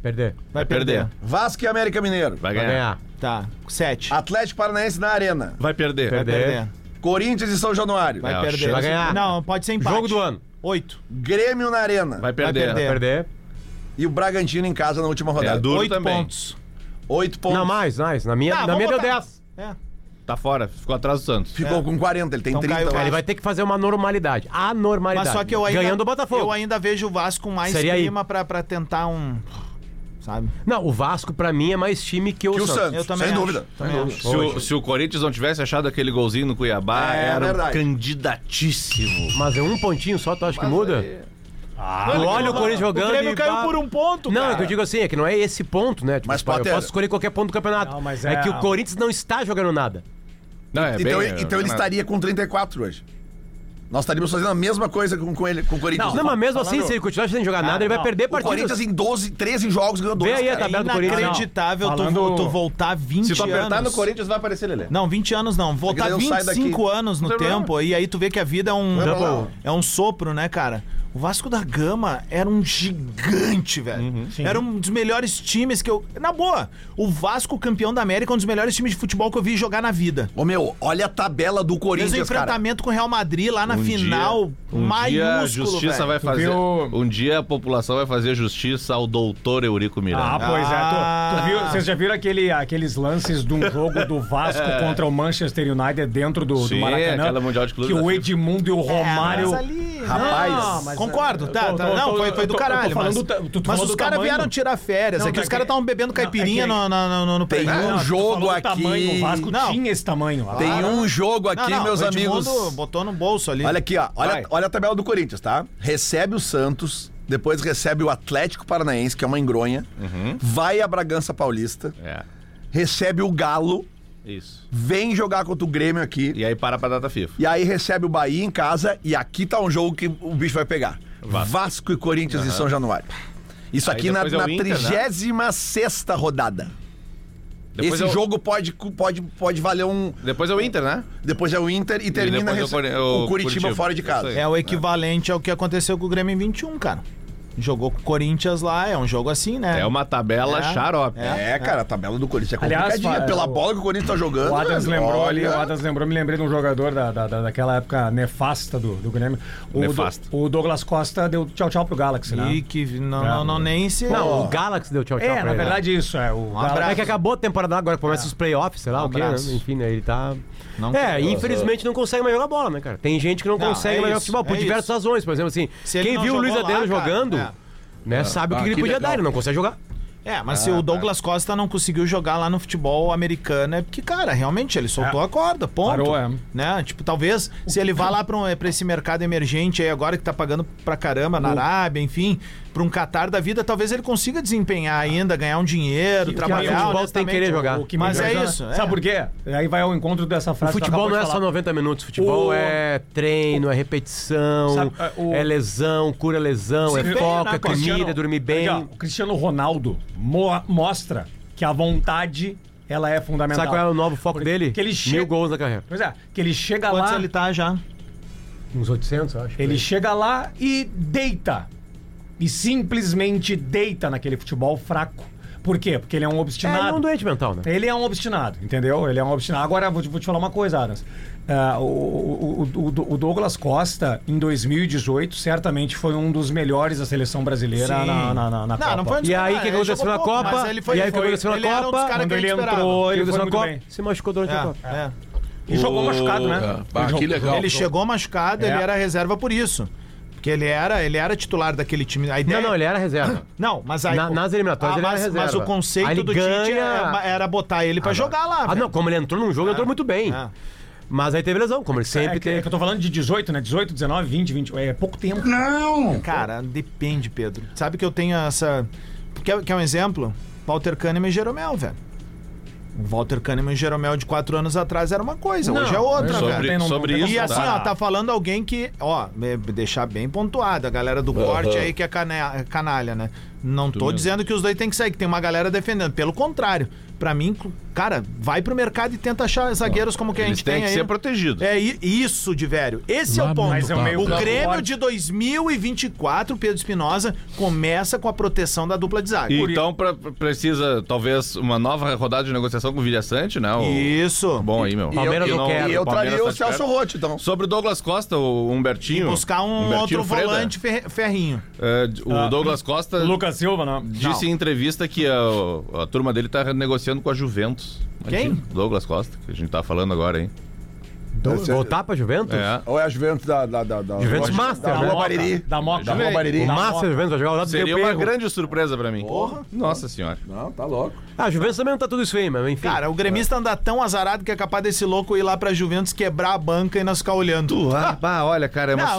Speaker 9: Perder.
Speaker 3: Vai
Speaker 5: Perder.
Speaker 3: perder.
Speaker 2: Vasco e América Mineiro.
Speaker 5: Vai
Speaker 9: Vai
Speaker 5: ganhar.
Speaker 9: ganhar.
Speaker 3: Tá, sete.
Speaker 2: Atlético Paranaense na Arena.
Speaker 5: Vai perder.
Speaker 9: Perder.
Speaker 3: Perder.
Speaker 2: Corinthians e São Januário.
Speaker 3: Vai
Speaker 5: É, acho
Speaker 3: perder.
Speaker 5: que
Speaker 9: vai ganhar.
Speaker 3: Não, pode ser empate.
Speaker 9: Jogo do ano.
Speaker 3: Oito.
Speaker 2: Grêmio na Arena.
Speaker 5: Vai
Speaker 3: Vai
Speaker 5: perder.
Speaker 3: perder.
Speaker 9: Perder.
Speaker 2: E o Bragantino em casa na última
Speaker 5: É
Speaker 2: rodada.
Speaker 5: duro
Speaker 3: Oito
Speaker 5: também.
Speaker 3: pontos.
Speaker 2: Oito pontos.
Speaker 9: Não, mais, mais. Na minha,
Speaker 3: Tá,
Speaker 9: na
Speaker 3: vamos
Speaker 9: minha deu
Speaker 3: botar.
Speaker 9: 10.
Speaker 3: É.
Speaker 5: Tá fora, ficou atrás do Santos.
Speaker 9: é.
Speaker 2: Ficou com 40, ele tem
Speaker 3: Então
Speaker 2: 30.
Speaker 3: caiu,
Speaker 9: Ele vai ter que fazer uma normalidade. A normalidade.
Speaker 3: Mas só que eu ainda.
Speaker 9: Ganhando o Botafogo.
Speaker 3: Eu ainda vejo o Vasco com mais
Speaker 9: Seria aí.
Speaker 3: clima pra, pra tentar um. Sabe?
Speaker 9: Não, o Vasco, pra mim, é mais time que o,
Speaker 2: Que o
Speaker 9: Santos.
Speaker 2: Santos,
Speaker 3: Eu também
Speaker 2: sem
Speaker 3: acho.
Speaker 2: dúvida.
Speaker 3: Também
Speaker 2: sem
Speaker 3: acho.
Speaker 2: dúvida.
Speaker 5: Se o, se o Corinthians não tivesse achado aquele golzinho no Cuiabá,
Speaker 2: É,
Speaker 5: era um
Speaker 2: verdade.
Speaker 5: candidatíssimo.
Speaker 9: Mas é um pontinho só, tu acha que muda?
Speaker 5: Não,
Speaker 3: Ah,
Speaker 9: Tu
Speaker 5: ele-
Speaker 9: olha o Corinthians
Speaker 3: O
Speaker 9: jogando
Speaker 3: Grêmio
Speaker 9: e
Speaker 3: caiu
Speaker 9: pá-
Speaker 3: por um ponto,
Speaker 9: Não,
Speaker 3: cara.
Speaker 9: é que eu digo assim, é que não é esse ponto, né? Tipo,
Speaker 2: Mas,
Speaker 9: eu
Speaker 2: Potter-
Speaker 9: posso escolher qualquer ponto do campeonato.
Speaker 4: Não, mas
Speaker 9: é...
Speaker 4: é-
Speaker 9: que o Corinthians não está jogando nada.
Speaker 5: Não, é
Speaker 2: Então,
Speaker 5: bem-
Speaker 2: ele- então ele
Speaker 5: é-
Speaker 2: estaria com 34 hoje. Nós estaríamos fazendo a mesma coisa com, com ele, com o Corinthians.
Speaker 9: Não, mas mesmo assim,
Speaker 4: falando-
Speaker 9: se ele continuar sem jogar nada, ele vai
Speaker 4: não.
Speaker 9: perder
Speaker 2: o Corinthians
Speaker 9: partidas.
Speaker 2: em 12, 13 jogos ganhou
Speaker 9: Vê
Speaker 2: 12.
Speaker 9: aí a
Speaker 2: cara.
Speaker 9: tabela tá do Corinthians.
Speaker 3: É Inacreditável tu,
Speaker 4: Falando-
Speaker 3: tu voltar 20
Speaker 5: Se tu apertar
Speaker 3: anos.
Speaker 5: no Corinthians, vai aparecer Lelê.
Speaker 3: Não, 20 anos não. Voltar
Speaker 2: É daí eu saio
Speaker 3: 25 anos no
Speaker 5: tem problema.
Speaker 3: tempo e aí tu vê que a vida é um
Speaker 2: Não é problema.
Speaker 3: é um sopro, né, cara? O Vasco da Gama era um gigante, velho.
Speaker 4: Uhum,
Speaker 3: Era um dos melhores times que eu. Na boa, o Vasco campeão da América é um dos melhores times de futebol que eu vi jogar na vida.
Speaker 2: Ô meu, olha a tabela do
Speaker 3: Fez o
Speaker 2: Corinthians, cara.
Speaker 3: enfrentamento com o Real Madrid lá na
Speaker 5: Um dia-
Speaker 3: final,
Speaker 5: Um dia a
Speaker 3: maiúsculo,
Speaker 5: justiça
Speaker 3: velho.
Speaker 5: vai fazer.
Speaker 4: viu?
Speaker 5: Um dia a população vai fazer justiça ao doutor Eurico
Speaker 4: Ah,
Speaker 5: Miranda.
Speaker 4: pois é.
Speaker 3: Ah.
Speaker 4: Tu, tu viu, vocês já viram aquele, aqueles lances de um jogo do Vasco contra o Manchester United dentro do, do
Speaker 5: Sim,
Speaker 4: Maracanã?
Speaker 5: aquela Mundial de Clubes né?
Speaker 4: que
Speaker 5: da
Speaker 4: o
Speaker 5: FIFA.
Speaker 4: Edmundo e o
Speaker 3: É,
Speaker 4: Romário.
Speaker 3: mas ali-
Speaker 2: Rapaz,
Speaker 3: Não, mas- concordo, tá,
Speaker 4: Eu tô-
Speaker 3: tá.
Speaker 4: eu tô-
Speaker 3: Não, foi, foi
Speaker 4: eu
Speaker 3: do
Speaker 4: tô- eu tô
Speaker 3: caralho.
Speaker 4: falando
Speaker 3: Mas,
Speaker 4: do ta- tu
Speaker 3: mas
Speaker 4: falou
Speaker 3: os
Speaker 4: do
Speaker 3: caras
Speaker 4: tamanho.
Speaker 3: vieram tirar férias.
Speaker 4: Não,
Speaker 3: aqui
Speaker 4: tá
Speaker 3: os caras
Speaker 4: que-
Speaker 3: estavam bebendo caipirinha
Speaker 4: Não, é
Speaker 3: no, no, no, no
Speaker 2: Tem
Speaker 3: período.
Speaker 2: um
Speaker 4: Não, tu
Speaker 2: jogo
Speaker 4: falou do
Speaker 2: aqui-
Speaker 4: Tamanho, o Vasco
Speaker 3: Não.
Speaker 4: tinha esse tamanho. lá.
Speaker 2: Tem um jogo
Speaker 3: Não,
Speaker 2: aqui,
Speaker 3: não,
Speaker 2: meus
Speaker 3: o Edmundo
Speaker 2: amigos.
Speaker 3: botou no bolso ali.
Speaker 2: Olha aqui, ó.
Speaker 5: Vai.
Speaker 2: Olha, olha a tabela do Corinthians, tá? Recebe o Santos, depois recebe o Atlético Paranaense, que é uma engronha.
Speaker 5: Uhum.
Speaker 2: Vai a Bragança Paulista,
Speaker 5: É,
Speaker 2: recebe o Galo,
Speaker 5: isso.
Speaker 2: vem jogar contra o Grêmio aqui.
Speaker 5: E aí para pra data FIFA.
Speaker 2: E aí recebe o Bahia em casa e aqui tá um jogo que o bicho vai pegar. Vasco, e Corinthians em São Januário. Isso
Speaker 5: Aí
Speaker 2: aqui na,
Speaker 5: depois é o
Speaker 2: na
Speaker 5: Inter, né?
Speaker 2: 36 rodada.
Speaker 5: Depois
Speaker 2: Esse
Speaker 5: é o-
Speaker 2: jogo pode, pode, pode valer um.
Speaker 5: Depois é o Inter, né?
Speaker 2: Depois é o Inter e termina
Speaker 5: depois é o
Speaker 2: rece-
Speaker 5: Cori-
Speaker 2: o,
Speaker 5: o
Speaker 2: Curitiba,
Speaker 5: Curitiba.
Speaker 2: fora de casa.
Speaker 5: Isso aí.
Speaker 3: É o equivalente ao que aconteceu com o Grêmio em 21, cara. Jogou com o Corinthians lá, é um jogo assim, né?
Speaker 5: É uma tabela
Speaker 3: É.
Speaker 5: xarope.
Speaker 2: É, cara, a tabela do Corinthians é
Speaker 4: Aliás,
Speaker 2: complicadinha.
Speaker 4: fa-
Speaker 2: Pela
Speaker 4: o-
Speaker 2: bola que o Corinthians tá jogando.
Speaker 4: O Adams
Speaker 2: né?
Speaker 4: lembrou
Speaker 2: Olha.
Speaker 4: ali, o Adams lembrou, me lembrei de um jogador da, da- da- daquela época nefasta do, do Grêmio. O,
Speaker 5: Nefasta.
Speaker 4: Do- o Douglas Costa deu tchau tchau pro Galaxy, né?
Speaker 3: E que não, não, não nem se.
Speaker 9: Não, o Galaxy deu tchau tchau
Speaker 4: É,
Speaker 9: pra
Speaker 4: na
Speaker 9: ele. né?
Speaker 4: verdade isso, é. O Galaxy-
Speaker 9: É que acabou a temporada agora, começa os playoffs, sei lá, o quê, né?
Speaker 4: É. abraço.
Speaker 9: Enfim, né? Ele tá. é, infelizmente não consegue mais jogar bola, né, cara? Tem gente que não,
Speaker 3: Não,
Speaker 9: consegue
Speaker 3: é
Speaker 9: mais jogar
Speaker 3: isso,
Speaker 9: futebol, por
Speaker 3: é
Speaker 9: diversas
Speaker 3: isso.
Speaker 9: razões. Por exemplo, assim,
Speaker 3: Se ele
Speaker 9: quem
Speaker 3: não
Speaker 9: viu o Luiz
Speaker 3: jogou lá,
Speaker 9: Adriano
Speaker 3: cara,
Speaker 9: jogando,
Speaker 3: é.
Speaker 9: né, sabe o
Speaker 5: Ah,
Speaker 9: que, ele
Speaker 5: que
Speaker 9: podia
Speaker 5: legal.
Speaker 4: tá
Speaker 9: dar, ele não consegue jogar.
Speaker 3: É, mas se o Douglas Costa não conseguiu jogar lá no futebol americano, é porque, cara, realmente ele soltou a corda, ponto.
Speaker 4: Parou, é.
Speaker 3: Né? Tipo, talvez se ele vá lá pra, um- pra esse mercado emergente aí agora que tá pagando pra caramba na Arábia, enfim, pra um Catar da vida, talvez ele consiga desempenhar ainda, ganhar um dinheiro,
Speaker 9: Aí
Speaker 3: trabalhar.
Speaker 9: o futebol tem que querer
Speaker 3: honestamente.
Speaker 9: jogar.
Speaker 4: o que
Speaker 3: Mas
Speaker 4: melhor
Speaker 3: é
Speaker 4: joga-
Speaker 3: isso, é.
Speaker 4: Sabe por quê? Aí vai ao encontro dessa
Speaker 9: O
Speaker 4: frase. que tu
Speaker 9: futebol
Speaker 4: acabou
Speaker 9: não é
Speaker 4: de
Speaker 9: só
Speaker 4: falar.
Speaker 9: 90 minutos, futebol
Speaker 4: O-
Speaker 9: é treino, é repetição,
Speaker 4: Sabe, é, o-
Speaker 9: é lesão, cura lesão, é
Speaker 4: Sim,
Speaker 9: foco,
Speaker 4: né,
Speaker 9: é
Speaker 4: Cristiano?
Speaker 9: comida, é dormir
Speaker 4: Aqui, ó,
Speaker 9: bem.
Speaker 4: o Cristiano Ronaldo mo- mostra que a vontade ela é fundamental.
Speaker 9: Sabe qual é o novo foco
Speaker 4: Porque-
Speaker 9: dele?
Speaker 4: que ele chega-
Speaker 9: Mil gols na carreira.
Speaker 4: Pois é, que ele chega
Speaker 3: Quantos
Speaker 4: lá,
Speaker 3: ele
Speaker 4: ele,
Speaker 3: tá já?
Speaker 9: Uns 800, eu acho. Ele
Speaker 4: chega lá e deita. E simplesmente deita naquele futebol fraco. Por quê? Porque ele é um
Speaker 9: é, ele
Speaker 4: obstinado.
Speaker 9: é um doente mental, né?
Speaker 4: Ele é um obstinado, entendeu? Ele é um obstinado. Agora, vou te, vou te falar uma coisa, Adams. Ah, o, o- o- o Douglas Costa, em 2018, certamente foi um dos melhores da seleção brasileira
Speaker 3: Sim.
Speaker 4: na, na, na, na Copa.
Speaker 9: E aí, o que
Speaker 3: ele
Speaker 9: aconteceu
Speaker 3: jogou
Speaker 9: na
Speaker 3: pouco,
Speaker 9: Copa?
Speaker 3: mas ele foi-
Speaker 9: E aí, o que
Speaker 3: foi-
Speaker 9: aconteceu na
Speaker 3: ele era um dos
Speaker 9: Copa?
Speaker 3: caras
Speaker 4: Quando
Speaker 3: que a
Speaker 4: ele
Speaker 3: gente esperava.
Speaker 4: entrou, ele
Speaker 9: Ele
Speaker 4: foi
Speaker 9: na
Speaker 4: muito
Speaker 9: Copa,
Speaker 4: bem.
Speaker 9: se machucou durante a Copa.
Speaker 3: É, é.
Speaker 4: E jogou machucado, né?
Speaker 1: Ah, bah, que
Speaker 5: é-
Speaker 1: legal.
Speaker 3: Ele chegou machucado,
Speaker 9: É.
Speaker 3: ele era reserva por isso. Porque ele era, ele era titular daquele time. A ideia... é-
Speaker 9: Não, não, ele era reserva.
Speaker 3: Não, mas aí. Ah,
Speaker 9: Na- nas eliminatórias ele era
Speaker 3: mas,
Speaker 9: reserva.
Speaker 3: mas o conceito
Speaker 9: Aí ele
Speaker 3: do Tite
Speaker 9: ganha-
Speaker 3: era, era botar ele pra jogar lá.
Speaker 9: Ah,
Speaker 3: velho.
Speaker 9: não, como ele entrou num jogo, ele entrou muito bem.
Speaker 3: Ah.
Speaker 9: Mas aí teve lesão, como ele
Speaker 4: É
Speaker 9: sempre
Speaker 4: que, é
Speaker 9: teve.
Speaker 4: que eu tô falando de 18, né? 18, 19, 20, 20. É pouco tempo.
Speaker 3: Cara, depende, Pedro. Sabe que eu tenho essa. Quer, quer um exemplo? Walter Kahneman e Jeromel, velho. O Walter Kahneman e Jeromel de quatro anos atrás era uma coisa, hoje é outra,
Speaker 4: não.
Speaker 3: velho.
Speaker 5: Sobre,
Speaker 4: Não tem,
Speaker 5: sobre
Speaker 4: não tem.
Speaker 5: isso.
Speaker 3: E assim, ó,
Speaker 5: tá?
Speaker 3: tá falando alguém que, ó, me- deixar bem pontuado, a galera do corte aí que é cana- canalha, né? Não tô dizendo que os dois têm que sair, que tem uma galera defendendo. Pelo contrário. Pra mim, cl- cara, vai pro mercado e tenta achar zagueiros como que a
Speaker 5: Eles
Speaker 3: gente
Speaker 5: têm
Speaker 3: tem
Speaker 5: que
Speaker 3: aí.
Speaker 5: ser protegidos.
Speaker 3: É i- isso, de velho. Esse é o ponto.
Speaker 4: Mas é um meio
Speaker 3: o
Speaker 4: campo
Speaker 3: Grêmio
Speaker 4: forte.
Speaker 3: de 2024, Pedro Espinosa, começa com a proteção da dupla de zaga.
Speaker 5: E Então pra- precisa, talvez, uma nova rodada de negociação com o Vilha Sante, né? O...
Speaker 3: Isso.
Speaker 5: Bom aí, meu.
Speaker 9: Palmeiras não quer.
Speaker 2: E eu traria o
Speaker 5: Palmeiras tá de
Speaker 2: Celso
Speaker 5: perto.
Speaker 2: Rotti, então.
Speaker 5: Sobre o Douglas Costa, o Humbertinho.
Speaker 3: Buscar um
Speaker 5: Humbertinho
Speaker 3: outro
Speaker 5: Freda,
Speaker 3: volante Ah, fer- ferrinho.
Speaker 5: eh, o Douglas Costa
Speaker 4: Lucas Silva, não.
Speaker 5: disse em entrevista que a, a turma dele tá negociando com a Juventus.
Speaker 3: Quem?
Speaker 5: Imagina, Douglas Costa, que a gente tá falando agora, hein?
Speaker 9: Voltar pra Juventus?
Speaker 5: É.
Speaker 2: Ou é a Juventus da... da, da, da
Speaker 9: Juventus
Speaker 2: da-
Speaker 9: Master,
Speaker 2: Da
Speaker 9: né?
Speaker 2: Rua Bariri.
Speaker 4: Da Moca.
Speaker 2: Da Rua
Speaker 5: Juventus.
Speaker 2: Bariri.
Speaker 9: O
Speaker 4: Na
Speaker 9: Massa
Speaker 4: moto.
Speaker 9: Juventus vai jogar ao lado do
Speaker 5: Seria uma
Speaker 9: Perro.
Speaker 5: grande surpresa pra mim. Nossa senhora.
Speaker 2: Não, tá louco.
Speaker 9: Ah, a Juventus também não tá tudo isso aí, mas enfim.
Speaker 3: Cara, o gremista anda tão azarado que é capaz desse louco ir lá pra Juventus quebrar a banca e nós ficar olhando.
Speaker 5: Bah, olha, cara, é uma
Speaker 3: Ah. Não,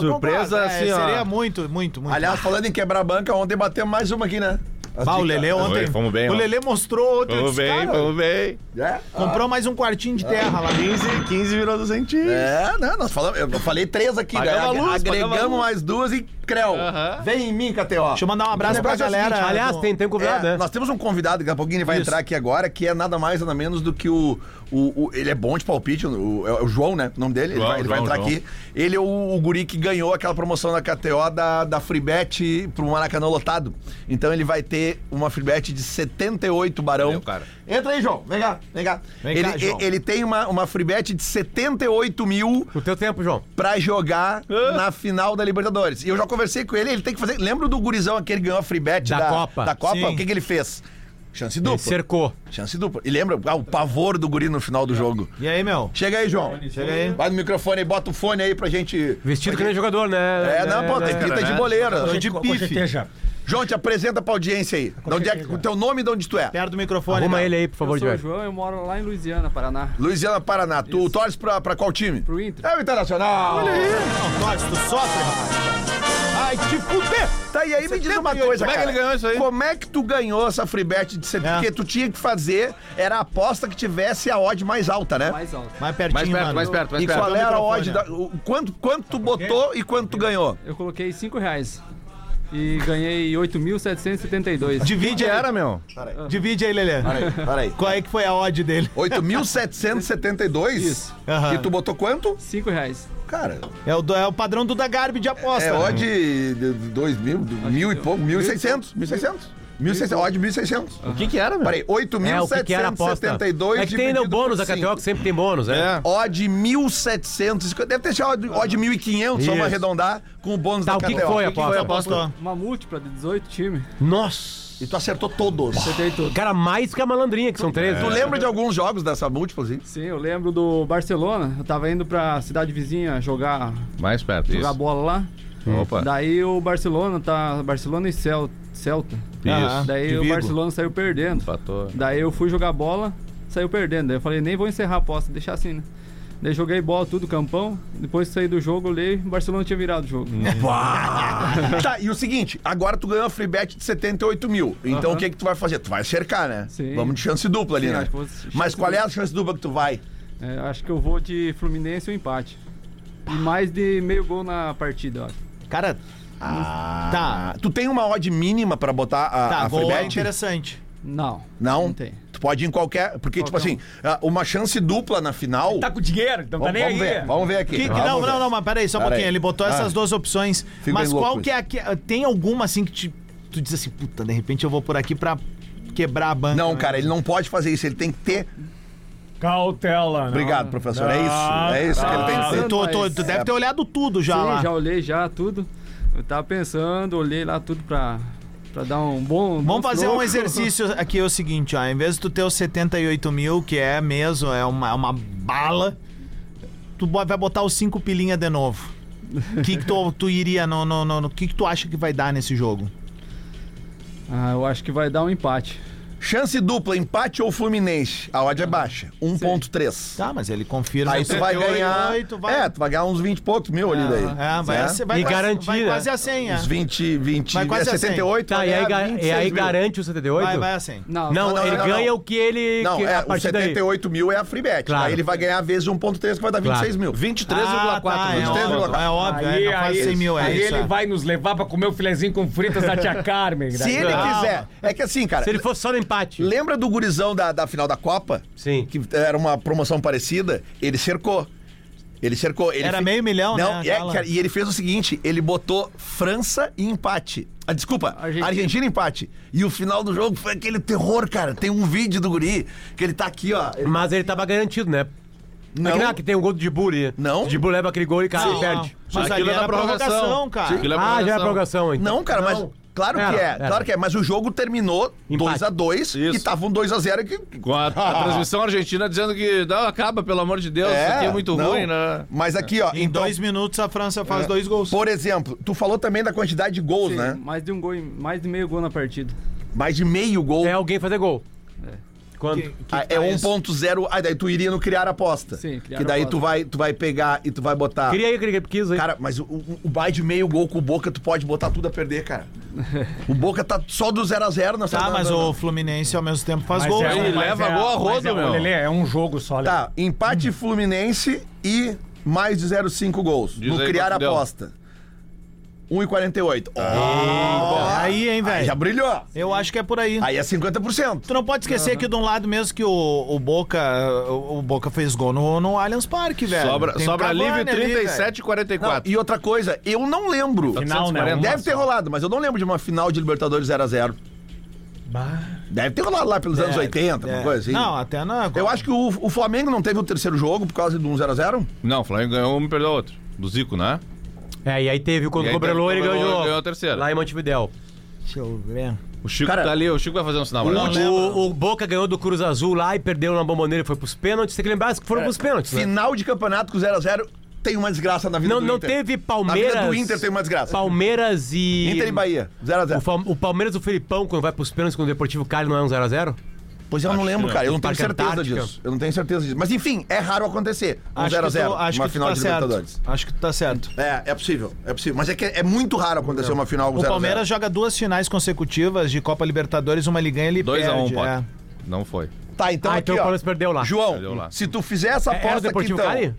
Speaker 3: concordo,
Speaker 5: surpresa
Speaker 3: é,
Speaker 5: assim, ó.
Speaker 3: Seria muito, muito, muito.
Speaker 2: Aliás, falando em quebrar banca, ontem batemos mais uma aqui, né? As
Speaker 3: Bah, Ah, o
Speaker 2: dicas-
Speaker 3: Lelê ontem.
Speaker 5: Foi, fomos bem,
Speaker 3: o
Speaker 5: ó.
Speaker 3: Lelê mostrou outro.
Speaker 5: Vamos bem, vamos bem.
Speaker 2: É?
Speaker 3: Comprou mais um quartinho de terra lá.
Speaker 5: 15, 15 virou 200.
Speaker 2: É, né? Nós falamos, eu falei três aqui, né?
Speaker 5: Pagava luz, pagava
Speaker 2: Agregamos
Speaker 5: luz.
Speaker 2: mais duas e creu.
Speaker 5: Aham.
Speaker 2: Vem em mim, KTO.
Speaker 3: Deixa eu mandar um abraço
Speaker 2: O
Speaker 3: pra
Speaker 2: negócio é o
Speaker 3: galera.
Speaker 2: seguinte,
Speaker 9: Aliás,
Speaker 3: do-
Speaker 9: tem, tem um convidado,
Speaker 2: É,
Speaker 9: né?
Speaker 2: Nós temos um convidado, daqui a pouquinho ele vai entrar aqui agora, que é nada mais, nada menos do que o. o, o- ele é bom de palpite, o, é o João, né? O nome dele. ele
Speaker 5: João,
Speaker 2: vai, ele vai
Speaker 5: João,
Speaker 2: entrar
Speaker 5: João.
Speaker 2: aqui. Ele é o, o guri que ganhou aquela promoção na KTO da, da Freebet pro Maracanã lotado. Então ele vai ter uma Freebet de 78 barão.
Speaker 5: Valeu, cara.
Speaker 2: Entra aí, João. Vem cá, vem cá.
Speaker 3: Vem
Speaker 2: ele,
Speaker 3: cá, João.
Speaker 2: e- ele tem uma, uma Freebet de 78 mil
Speaker 9: No teu tempo, João.
Speaker 2: pra jogar na final da Libertadores. E eu já conversei com ele, ele tem que fazer. Lembra do gurizão aquele que ganhou a free bet
Speaker 9: Da
Speaker 2: da,
Speaker 9: Copa.
Speaker 2: Da Copa?
Speaker 9: Sim.
Speaker 2: O que, que ele fez? Chance dupla.
Speaker 9: Cercou.
Speaker 2: Chance dupla. E lembra ah, o pavor do guri no final do jogo.
Speaker 3: é- E aí, meu?
Speaker 2: Chega aí, João.
Speaker 3: Chega aí.
Speaker 2: Vai no microfone aí, bota o fone aí pra gente.
Speaker 9: Vestido que nem jogador, né?
Speaker 2: É, não, pô, tem
Speaker 9: né?
Speaker 2: pinta de
Speaker 5: né?
Speaker 2: boleira.
Speaker 3: Tô de pife.
Speaker 4: Certeza.
Speaker 2: João, te apresenta pra audiência aí. De onde é que- o teu nome e de onde tu é?
Speaker 3: Perto do microfone.
Speaker 9: Arruma
Speaker 3: meu.
Speaker 9: ele aí, por favor,
Speaker 10: Eu sou o
Speaker 9: Diver.
Speaker 10: João, eu moro lá em Luisiana, Paraná.
Speaker 2: Luiziana Paraná. Tu torce pra, pra qual time?
Speaker 10: Pro Inter.
Speaker 2: É o Internacional. Olha aí.
Speaker 3: Não, nós, tu sofre, rapaz. Ai, te fuder.
Speaker 2: Tá, e aí me diz uma coisa,
Speaker 5: Como é que
Speaker 2: cara.
Speaker 5: ele ganhou isso aí?
Speaker 2: Como é que tu ganhou essa free bet de 70?
Speaker 3: É.
Speaker 2: Porque tu tinha que fazer, era a aposta que tivesse a odd mais alta, né?
Speaker 10: Mais alto.
Speaker 3: Mais pertinho,
Speaker 5: Mais perto,
Speaker 3: mano.
Speaker 5: mais perto, mais
Speaker 2: E
Speaker 5: perto.
Speaker 2: qual era a
Speaker 3: microfone,
Speaker 2: odd?
Speaker 3: né?
Speaker 2: Da, o, quanto, quanto tu botou e quanto tu ganhou?
Speaker 10: Eu coloquei 5 reais e ganhei 8.772.
Speaker 3: Divide aí.
Speaker 5: Era, meu.
Speaker 3: Divide aí, Lelê.
Speaker 2: Peraí.
Speaker 3: Qual é que foi a odd dele?
Speaker 2: 8.772?
Speaker 10: Isso.
Speaker 3: Aham.
Speaker 2: E tu botou quanto?
Speaker 10: 5 reais.
Speaker 2: Cara,
Speaker 3: É o, do- é o padrão do Dagarbi de aposta.
Speaker 2: é
Speaker 3: né?
Speaker 2: odd de 2 mil, de mil e pouco, 1.600, 1.600. 1.600, odd 1.600.
Speaker 5: O que que era, meu?
Speaker 2: Peraí,
Speaker 9: É, o que, que era a aposta?
Speaker 2: 8.772
Speaker 9: É que tem ainda o
Speaker 2: dividido
Speaker 9: bônus
Speaker 2: por
Speaker 9: da
Speaker 2: cinco.
Speaker 9: KTO, que sempre tem bônus, né?
Speaker 5: É.
Speaker 2: Odd 1750. Deve ter sido odd, odd 1500, só
Speaker 9: Isso.
Speaker 2: pra arredondar, com o bônus
Speaker 9: Tá,
Speaker 2: da
Speaker 9: o que, que
Speaker 2: KTO.
Speaker 9: foi a
Speaker 2: O
Speaker 9: aposta?
Speaker 3: Apostou.
Speaker 10: Uma múltipla de 18 times.
Speaker 9: Nossa!
Speaker 2: E tu acertou todos.
Speaker 10: Acertei tudo.
Speaker 9: Cara, mais que a malandrinha, que são 13.
Speaker 2: Tu lembra de alguns jogos dessa múltipla, assim?
Speaker 10: Sim, eu lembro do Barcelona. Eu tava indo pra cidade vizinha jogar,
Speaker 5: Mais perto,
Speaker 10: jogar
Speaker 5: isso.
Speaker 10: bola lá.
Speaker 5: Opa,
Speaker 10: Daí o Barcelona tá. Barcelona e Cel- Celta.
Speaker 5: isso.
Speaker 10: Daí o Barcelona saiu perdendo.
Speaker 5: Empatou.
Speaker 10: Daí eu fui jogar bola, saiu perdendo. Daí eu falei, nem vou encerrar a aposta, deixar assim, né? Daí joguei bola tudo, campão. Depois que saí do jogo, olhei, o Barcelona tinha virado o jogo.
Speaker 2: tá, e o seguinte, agora tu ganhou a free bet de 78 mil. Então o que que tu vai fazer? Tu vai cercar, né?
Speaker 10: Sim.
Speaker 2: Vamos de chance dupla ali,
Speaker 10: Sim,
Speaker 2: né?
Speaker 10: acho que vou de
Speaker 2: Mas
Speaker 10: chance
Speaker 2: qual é a chance dupla que tu vai?
Speaker 10: É, acho que eu vou de Fluminense ou empate. E mais de meio gol na partida, eu acho.
Speaker 3: Cara,
Speaker 2: Ah, tu tem uma odd mínima pra botar a,
Speaker 5: Ah,
Speaker 3: tá,
Speaker 2: a free
Speaker 3: gol é
Speaker 2: bet?
Speaker 3: interessante.
Speaker 10: Não.
Speaker 2: Não?
Speaker 10: Não tem.
Speaker 2: Tu pode ir em qualquer. Porque, tipo
Speaker 10: Qualquer
Speaker 2: assim, ah, uma chance dupla na final.
Speaker 4: Tá com dinheiro, então tá
Speaker 2: vamos,
Speaker 4: nem
Speaker 2: vamos
Speaker 4: aí.
Speaker 2: ver, vamos ver aqui.
Speaker 3: Que- que-
Speaker 2: Vamos
Speaker 3: não,
Speaker 2: ver.
Speaker 3: não, não, mas peraí, só um
Speaker 2: Pera
Speaker 3: pouquinho.
Speaker 2: aí.
Speaker 3: Ele botou
Speaker 2: Ah.
Speaker 3: essas duas opções.
Speaker 2: bem
Speaker 3: mas
Speaker 2: louco
Speaker 3: qual
Speaker 2: isso.
Speaker 3: que é a que. Tem alguma assim que te- tu diz assim, puta, de repente eu vou por aqui pra quebrar a banca.
Speaker 2: Não, cara, ele não pode fazer isso. Ele tem que ter.
Speaker 4: Cautela, né?
Speaker 2: Obrigado, professor. É isso. É isso que ele tem que
Speaker 3: Tu,
Speaker 2: ter.
Speaker 3: tu- tu- tu
Speaker 2: é-
Speaker 3: deve ter olhado tudo já lá.
Speaker 10: Sim, já olhei já tudo. Eu tava pensando, olhei lá tudo pra, pra dar um bom. bom
Speaker 3: Vamos fazer um
Speaker 10: troco.
Speaker 3: exercício aqui, é o seguinte, ó. Em vez de tu ter os 78 mil, que é mesmo, é uma, uma bala, tu bo- vai botar os 5 pilinha de novo. O que, que tu, tu iria no. O no, no, no- que, que tu acha que vai dar nesse jogo?
Speaker 10: Ah, eu acho que vai dar um empate.
Speaker 2: Chance dupla, empate ou Fluminense? A odd é baixa, 1.3.
Speaker 3: Tá, mas ele confirma.
Speaker 2: Aí tu vai ganhar. É, tu vai ganhar uns 20 e poucos mil ali daí.
Speaker 3: É, vai,
Speaker 2: né?
Speaker 3: ser- vai
Speaker 9: E
Speaker 3: quase-
Speaker 9: garantir,
Speaker 3: vai
Speaker 9: né?
Speaker 3: quase a é. senha.
Speaker 2: Uns 20, 20,
Speaker 3: Vai quase assim.
Speaker 2: é
Speaker 3: a cem.
Speaker 2: 78,
Speaker 9: Tá,
Speaker 2: vai
Speaker 9: e aí,
Speaker 2: ganhar
Speaker 9: ga- e
Speaker 2: 26
Speaker 9: aí
Speaker 2: mil.
Speaker 9: garante o 78?
Speaker 3: Vai, vai a senha.
Speaker 9: Não,
Speaker 10: não.
Speaker 2: não,
Speaker 9: ele
Speaker 2: não, não.
Speaker 9: ganha o que ele.
Speaker 2: Não,
Speaker 9: que-
Speaker 2: é,
Speaker 9: a
Speaker 2: os
Speaker 9: partir daí.
Speaker 2: 78 mil é a free bet.
Speaker 9: Claro.
Speaker 2: Aí ele vai ganhar vezes 1.3, que vai dar 26 mil.
Speaker 5: 23,4.
Speaker 3: Ah, tá,
Speaker 5: né?
Speaker 3: é, óbvio, é óbvio,
Speaker 4: Aí,
Speaker 3: é, não faz
Speaker 4: aí,
Speaker 3: 100 mil, é
Speaker 4: aí
Speaker 3: isso.
Speaker 4: ele
Speaker 3: é.
Speaker 4: vai nos levar pra comer o filezinho com fritas da tia Carmen. né?
Speaker 2: Se ele
Speaker 4: Não.
Speaker 2: quiser. É que assim, cara.
Speaker 9: Se ele fosse só no empate.
Speaker 2: Lembra do gurizão da, da final da Copa?
Speaker 9: Sim.
Speaker 2: Que era uma promoção parecida? Ele cercou. Ele cercou. Ele
Speaker 3: Era meio milhão,
Speaker 2: Não,
Speaker 3: né,
Speaker 2: é,
Speaker 3: aquela?
Speaker 2: cara, e ele fez o seguinte: ele botou França e empate. Ah, desculpa, Argentina.
Speaker 10: Argentina.
Speaker 2: e empate. E o final do jogo foi aquele terror, cara. Tem um vídeo do guri que ele tá aqui, ó. Ele-
Speaker 9: Mas ele tava garantido, né?
Speaker 2: Não.
Speaker 9: É que, não, que tem um gol do Djibouti.
Speaker 2: Não.
Speaker 9: O Djibouti leva aquele gol e cara, ele
Speaker 3: Não,
Speaker 9: perde.
Speaker 3: não. Mas
Speaker 5: é
Speaker 3: ali era prorrogação, cara.
Speaker 5: Aquilo é
Speaker 9: Ah, já era prorrogação, então.
Speaker 2: Não, cara, mas. Claro que
Speaker 9: Era,
Speaker 2: é,
Speaker 9: era.
Speaker 2: claro que é. Mas o jogo terminou
Speaker 9: Empate.
Speaker 2: 2x2 e
Speaker 5: Isso.
Speaker 2: tava um 2x0 que.
Speaker 5: Com a, a transmissão argentina dizendo que não, acaba, pelo amor de Deus, isso aqui é muito
Speaker 2: não.
Speaker 5: ruim, né?
Speaker 2: Mas aqui, ó,
Speaker 3: Em
Speaker 2: então,
Speaker 3: dois minutos a França faz dois gols.
Speaker 2: por exemplo, tu falou também da quantidade de gols,
Speaker 10: Sim,
Speaker 2: né?
Speaker 10: Mais de um gol, e- mais de meio gol na partida.
Speaker 2: Mais de meio gol.
Speaker 9: É alguém fazer gol. Quanto?
Speaker 2: Ah, é 1.0. Aí daí tu iria no criar aposta.
Speaker 10: tá Sim, criar
Speaker 2: que daí
Speaker 10: aposta.
Speaker 2: tu vai, tu vai pegar e tu vai botar.
Speaker 9: Queria aí, queria que quis aí.
Speaker 2: Cara, mas o, o, o bye de meio gol com o Boca, tu pode botar tudo a perder,
Speaker 10: [laughs]
Speaker 2: cara. O Boca tá só do 0x0 nessa
Speaker 3: Tá,
Speaker 2: na-
Speaker 3: mas
Speaker 2: na-
Speaker 3: o Fluminense ao mesmo tempo faz
Speaker 4: Mas
Speaker 3: gols. né?
Speaker 4: é um-
Speaker 5: Ele
Speaker 4: mas
Speaker 5: leva
Speaker 4: é-
Speaker 5: gol
Speaker 4: mas
Speaker 5: a rodo,
Speaker 4: é,
Speaker 5: meu.
Speaker 4: Lelê, é um jogo só, Lelê.
Speaker 2: Tá, empate Fluminense e mais de 0,5 gols.
Speaker 5: Diz
Speaker 2: no
Speaker 5: aí
Speaker 2: criar
Speaker 5: quanto deu.
Speaker 2: aposta. 1,48. Ó,
Speaker 3: Aí, hein,
Speaker 2: aí já
Speaker 3: velho.
Speaker 2: brilhou.
Speaker 3: Eu acho que é por aí.
Speaker 2: Aí é 50%.
Speaker 3: Tu não pode esquecer que de um lado mesmo que o, o Boca o, o Boca fez gol no, no Allianz Parque, velho.
Speaker 5: Sobra,
Speaker 3: Tem o
Speaker 5: sobra
Speaker 3: Cavani
Speaker 5: livre
Speaker 3: ali, velho.
Speaker 5: 37 e
Speaker 2: Não,
Speaker 5: 44.
Speaker 2: e outra coisa, eu não lembro.
Speaker 4: Final, né?
Speaker 5: 440.
Speaker 4: Uma
Speaker 2: Deve ter
Speaker 4: só.
Speaker 2: rolado, mas eu não lembro de uma final de Libertadores 0x0. Deve ter rolado lá pelos anos 80,
Speaker 3: É.
Speaker 2: alguma coisa assim.
Speaker 3: Não, até na.
Speaker 2: Eu acho que o, o Flamengo não teve o terceiro jogo por causa de um 0x0.
Speaker 5: Não, o Flamengo ganhou um e perdeu outro. Do Zico, né?
Speaker 9: É, e aí teve o
Speaker 5: E
Speaker 9: contra
Speaker 5: aí
Speaker 9: o Cobreloa,
Speaker 5: teve
Speaker 9: ele
Speaker 5: o
Speaker 9: ganhou de
Speaker 5: Cobreloa,
Speaker 9: novo.
Speaker 5: ganhou a terceira.
Speaker 9: Lá em Montevidéu.
Speaker 3: Deixa eu ver.
Speaker 5: O Chico
Speaker 2: Cara,
Speaker 5: tá ali, o Chico vai fazer um sinal.
Speaker 9: O,
Speaker 5: agora.
Speaker 9: o- o Boca ganhou do Cruz Azul lá e perdeu na bomboneira e foi pros pênaltis. Tem que lembrar que foram pros
Speaker 3: É.
Speaker 9: pênaltis, né?
Speaker 2: É, Final de campeonato com 0x0 tem uma desgraça na vida
Speaker 9: Não,
Speaker 2: do
Speaker 9: não
Speaker 2: Inter.
Speaker 9: teve
Speaker 2: Na
Speaker 9: Palmeiras.
Speaker 2: vida do Inter tem uma desgraça.
Speaker 9: Palmeiras e.
Speaker 2: Inter e Bahia, 0x0.
Speaker 9: O, Fal- o Palmeiras do Felipão, quando vai pros pênaltis com o Deportivo Cali, não é um 0x0?
Speaker 2: Então Pois eu não lembro, cara. Eu não tenho
Speaker 3: tá
Speaker 9: Parque
Speaker 2: certeza
Speaker 9: Antártica.
Speaker 2: disso. Eu não tenho certeza disso. Mas enfim, é raro acontecer um
Speaker 3: Acho que
Speaker 2: 0x0
Speaker 3: tu- acho
Speaker 2: uma
Speaker 3: que tu
Speaker 2: final
Speaker 3: tá
Speaker 2: de
Speaker 3: certo.
Speaker 2: Libertadores.
Speaker 3: Acho que tu tá certo.
Speaker 2: É, é possível, é possível. Mas é que é muito raro acontecer uma final com
Speaker 3: O
Speaker 2: 0x0.
Speaker 3: Palmeiras joga duas finais consecutivas de Copa Libertadores, uma ele ganha e ele
Speaker 5: 2x1,
Speaker 3: perde.
Speaker 5: pode.
Speaker 3: é.
Speaker 5: Não foi.
Speaker 2: Tá, então
Speaker 9: ah,
Speaker 2: aqui,
Speaker 9: então o
Speaker 2: ó.
Speaker 9: Palmeiras perdeu lá.
Speaker 5: Perdeu
Speaker 2: João,
Speaker 5: lá.
Speaker 2: se tu fizer essa
Speaker 9: É- Era o
Speaker 2: aposta aqui,
Speaker 9: Deportivo
Speaker 2: então...
Speaker 9: Cali?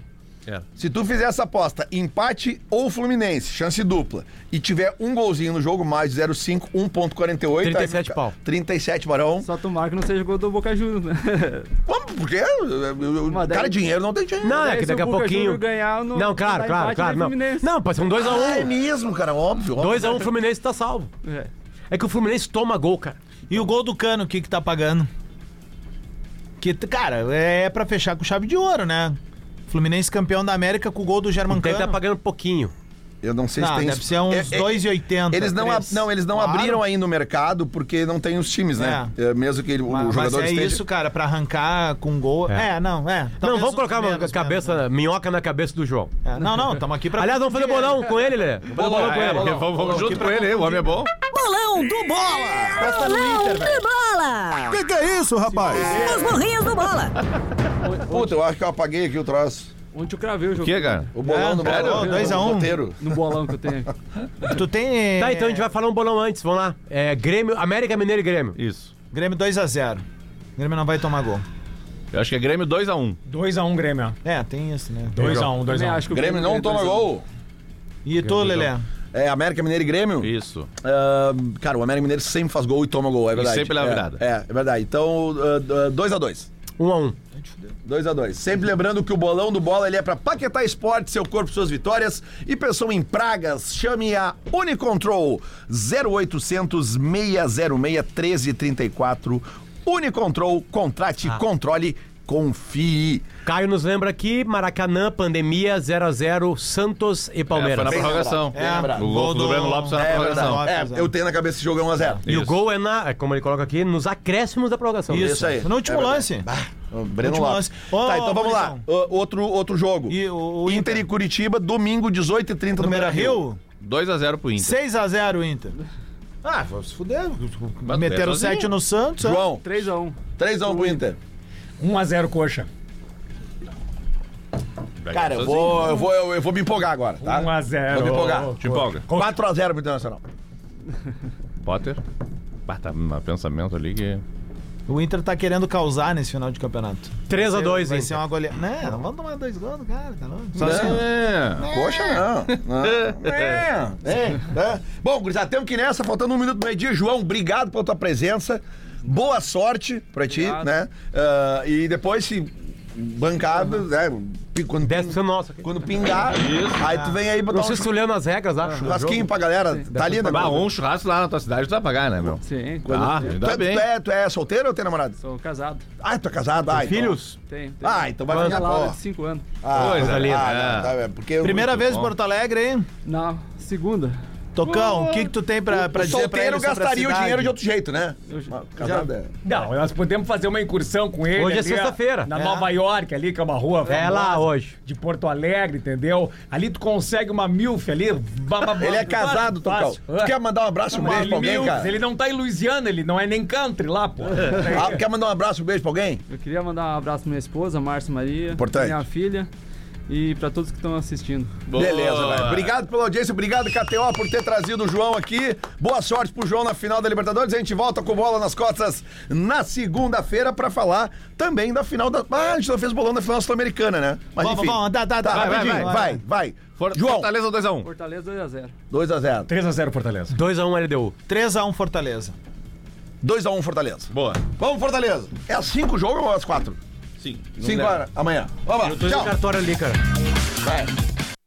Speaker 5: Era.
Speaker 2: Se tu fizer essa aposta, empate ou Fluminense, chance dupla, e tiver um golzinho no jogo, mais um 0,5, 1,48.
Speaker 9: 37
Speaker 2: aí,
Speaker 9: pau.
Speaker 2: 37, Barão.
Speaker 10: Só tomar que não seja gol do Boca Juniors, né?
Speaker 2: Vamos, porque eu- eu- eu-
Speaker 10: Uma
Speaker 2: cara,
Speaker 10: dez.
Speaker 2: dinheiro não tem dinheiro.
Speaker 9: Não,
Speaker 2: é.
Speaker 9: é que
Speaker 10: se
Speaker 9: daqui
Speaker 10: o
Speaker 9: a
Speaker 10: Boca
Speaker 9: pouquinho.
Speaker 10: Juniors ganhar, não-
Speaker 9: não, claro,
Speaker 10: dá
Speaker 9: claro,
Speaker 10: empate, dá
Speaker 9: claro. Não.
Speaker 10: né, Fluminense.
Speaker 9: não, pode ser um 2x1.
Speaker 2: [laughs] é mesmo, cara, óbvio. óbvio.
Speaker 9: 2x1 o Fluminense tá salvo.
Speaker 10: É.
Speaker 9: É que o Fluminense toma gol, cara.
Speaker 3: E o gol do Cano, o que que tá pagando? Que, t- cara, é pra fechar com chave de ouro, né? Fluminense campeão da América com o gol do German
Speaker 9: Então
Speaker 3: Cano.
Speaker 9: ele tá pagando pouquinho.
Speaker 2: Eu não sei se
Speaker 3: Não,
Speaker 2: tem
Speaker 3: deve
Speaker 2: isso.
Speaker 3: ser uns
Speaker 2: É, é,
Speaker 3: 2,80.
Speaker 2: Eles não, ab-
Speaker 3: três.
Speaker 2: não, eles não
Speaker 3: Claro.
Speaker 2: abriram ainda o mercado porque não tem os times, né? É, mesmo que ele-
Speaker 3: Mas,
Speaker 2: o jogador
Speaker 3: mas é
Speaker 2: esteja.
Speaker 3: isso, cara, pra arrancar com gol. É,
Speaker 9: É.
Speaker 3: não, é.
Speaker 9: não,
Speaker 3: Talvez
Speaker 9: vamos colocar
Speaker 3: uns
Speaker 9: uma
Speaker 3: menos né?
Speaker 9: cabeça, minhoca na cabeça do João.
Speaker 3: mesmo. É, não, não, estamos aqui pra.
Speaker 9: Aliás, vamos fazer um bolão com ele, né? Vamos fazer bolão com
Speaker 5: É,
Speaker 9: ele.
Speaker 5: vamos vamos junto com ele, o homem é bom.
Speaker 11: Bolão do Bola! Bolão do Bola!
Speaker 2: que, que é isso, rapaz?
Speaker 11: Os burrinhos do Bola!
Speaker 2: Puta, eu acho que eu apaguei aqui o troço.
Speaker 10: Onde eu cravei o
Speaker 5: O
Speaker 10: jogo.
Speaker 5: que, cara?
Speaker 2: O bolão do
Speaker 5: sério?
Speaker 2: bolão.
Speaker 3: Dois a um.
Speaker 2: roteiro.
Speaker 10: No bolão que eu tenho.
Speaker 3: Tu tem. é,
Speaker 9: Tá, então a gente vai falar um bolão antes, vamos lá. É Grêmio, América Mineiro e Grêmio.
Speaker 5: Isso.
Speaker 3: Grêmio 2x0. Grêmio não vai tomar gol.
Speaker 5: Eu acho que é Grêmio 2x1.
Speaker 4: 2x1, Grêmio.
Speaker 3: É, tem isso, né?
Speaker 4: 2x1, 2x1.
Speaker 10: que o
Speaker 2: Grêmio não
Speaker 10: ganha
Speaker 2: toma
Speaker 10: 2 a 1.
Speaker 2: gol.
Speaker 3: E tu, Lelé?
Speaker 9: um.
Speaker 2: É, América Mineiro e Grêmio?
Speaker 5: Isso.
Speaker 2: Ah, cara, o América Mineiro sempre faz gol e toma gol, é verdade.
Speaker 5: sempre leva
Speaker 2: é,
Speaker 5: virada.
Speaker 2: É, é verdade. Então, 2x2.
Speaker 9: 1 a 1
Speaker 2: 2x2. Sempre lembrando que o bolão do bola ele é pra paquetar esporte, seu corpo, suas vitórias. E pensou em pragas, chame a Unicontrol 0800 606 1334. Unicontrol, contrate, controle, confie.
Speaker 9: Caio nos lembra aqui, Maracanã, pandemia 0x0, Santos e
Speaker 5: É,
Speaker 9: Palmeiras.
Speaker 5: foi na prorrogação.
Speaker 3: É,
Speaker 5: o gol do Breno Lopes foi na
Speaker 2: É
Speaker 5: prorrogação.
Speaker 2: verdade. É, eu tenho na cabeça esse jogo é 1x0.
Speaker 9: e o
Speaker 5: Isso.
Speaker 9: gol é na, é como ele coloca aqui, nos acréscimos da prorrogação.
Speaker 2: Isso aí.
Speaker 3: No último
Speaker 2: É verdade.
Speaker 3: lance.
Speaker 2: O Breno
Speaker 3: Último
Speaker 2: Lopes.
Speaker 3: lance. assim. Ô,
Speaker 2: tá, então vamos lá.
Speaker 3: Maurizão.
Speaker 2: Ô, outro, outro jogo.
Speaker 3: E o- o
Speaker 2: Inter e
Speaker 3: Inter.
Speaker 2: Curitiba, domingo, 18h30 no
Speaker 3: Número
Speaker 2: Beira Rio.
Speaker 3: Rio,
Speaker 5: 2x0 pro Inter.
Speaker 3: 6x0 Inter. Ah, vou se fuder.
Speaker 2: Mas
Speaker 3: Meteram
Speaker 2: é sozinho.
Speaker 3: 7 no Santos. ó.
Speaker 2: João.
Speaker 10: 3x1.
Speaker 2: 3x1 pro Inter.
Speaker 4: 1x0 coxa.
Speaker 2: Cara, eu vou, eu, vou, eu, eu vou me empolgar agora, tá?
Speaker 4: 1x0.
Speaker 2: Vou me empolgar. Tipo,
Speaker 5: Te empolga.
Speaker 2: 4x0 pro Internacional.
Speaker 5: Potter? Bata um pensamento ali que.
Speaker 3: O Inter tá querendo causar nesse final de campeonato.
Speaker 9: 3 a 2,
Speaker 3: Vai
Speaker 9: hein?
Speaker 3: ser uma goleada. Não, não vamos tomar dois gols, cara. Tá louco.
Speaker 2: Não.
Speaker 5: É.
Speaker 2: Poxa, não. não. É, é, é. Bom, gurizada, temos que ir nessa, faltando um minuto meio dia. João, obrigado pela tua presença. Boa sorte pra ti,
Speaker 10: Obrigado.
Speaker 2: né? Ah, e depois, se bancado,
Speaker 3: Uhum.
Speaker 2: né? pi- Quando, pin-
Speaker 9: 10% nossa. aqui.
Speaker 2: quando pingar, aí tu vem aí
Speaker 5: Então,
Speaker 2: botar
Speaker 9: Não
Speaker 2: um
Speaker 9: sei se tu leu nas regras, acho. do
Speaker 2: churrasquinho
Speaker 9: jogo.
Speaker 2: pra galera. Tá ali, né?
Speaker 5: Bah, um churrasco lá na tua cidade tu vai pagar, né, meu?
Speaker 10: Sim,
Speaker 5: Ah,
Speaker 10: quando-
Speaker 5: ainda
Speaker 2: Tu é,
Speaker 5: bem.
Speaker 2: tu, é, tu é solteiro ou tem namorado?
Speaker 10: Sou casado.
Speaker 2: Ah, tu é casado? Ah, então.
Speaker 9: Filhos?
Speaker 10: Tenho. tenho.
Speaker 2: Ah, então vai
Speaker 10: Minha
Speaker 2: ficar
Speaker 10: Laura
Speaker 2: pó.
Speaker 10: de 5 anos.
Speaker 2: Ah,
Speaker 5: Coisa linda,
Speaker 2: ah,
Speaker 5: é.
Speaker 2: não, tá, é, porque eu-
Speaker 3: né? Primeira vez em
Speaker 5: bom.
Speaker 3: Porto Alegre, hein?
Speaker 10: Na segunda.
Speaker 3: Tocão, o que, que tu tem pra, pra
Speaker 2: o
Speaker 3: dizer pra ele
Speaker 2: solteiro
Speaker 3: sobre a
Speaker 2: gastaria o
Speaker 3: cidade?
Speaker 2: dinheiro de outro jeito, né? Casado é.
Speaker 4: Não, nós podemos fazer uma incursão com ele.
Speaker 9: Hoje é
Speaker 4: ali,
Speaker 9: sexta-feira.
Speaker 4: Na
Speaker 9: É.
Speaker 4: Nova York, ali, que é uma rua.
Speaker 9: É
Speaker 4: famosa,
Speaker 9: lá hoje.
Speaker 4: De Porto Alegre, entendeu? Ali tu consegue uma milf ali. ba- ba- ba-
Speaker 2: Ele é
Speaker 3: tá
Speaker 2: casado, Tocão.
Speaker 4: fácil.
Speaker 2: Tu quer mandar um abraço, um
Speaker 4: Uma
Speaker 2: beijo pra alguém,
Speaker 4: milf.
Speaker 2: cara?
Speaker 4: Ele não tá em Louisiana, ele não é nem country lá, pô.
Speaker 2: Ah, quer mandar um abraço, um beijo pra alguém?
Speaker 10: Eu queria mandar um abraço pra minha esposa, Márcia Maria.
Speaker 2: Importante.
Speaker 10: Minha filha. E pra todos que estão assistindo.
Speaker 2: Beleza, velho. Obrigado pela audiência, obrigado, KTO, por ter trazido o João aqui. Boa sorte pro João na final da Libertadores. A gente volta com bola nas costas na segunda-feira pra falar também da final da. Ah, a gente não fez bolão da final sul-americana, né? Mas
Speaker 3: Vamos,
Speaker 2: enfim.
Speaker 3: vamos, dá, dá, dá.
Speaker 2: Tá,
Speaker 3: vai,
Speaker 2: rapidinho,
Speaker 3: vai, vai.
Speaker 2: vai, vai.
Speaker 5: For-
Speaker 2: João,
Speaker 5: Fortaleza 2x1.
Speaker 10: Fortaleza 2x0.
Speaker 2: 2x0.
Speaker 4: 3x0 Fortaleza.
Speaker 9: 2x1 LDU.
Speaker 3: 3x1 Fortaleza.
Speaker 2: 2x1 Fortaleza.
Speaker 5: Boa.
Speaker 2: Vamos, Fortaleza. É às 5 o jogo ou às 4?
Speaker 5: Sim.
Speaker 2: 5 horas, amanhã. Vamos lá.
Speaker 9: Dois
Speaker 2: Tchau.
Speaker 9: cartório ali, cara.
Speaker 2: Vai.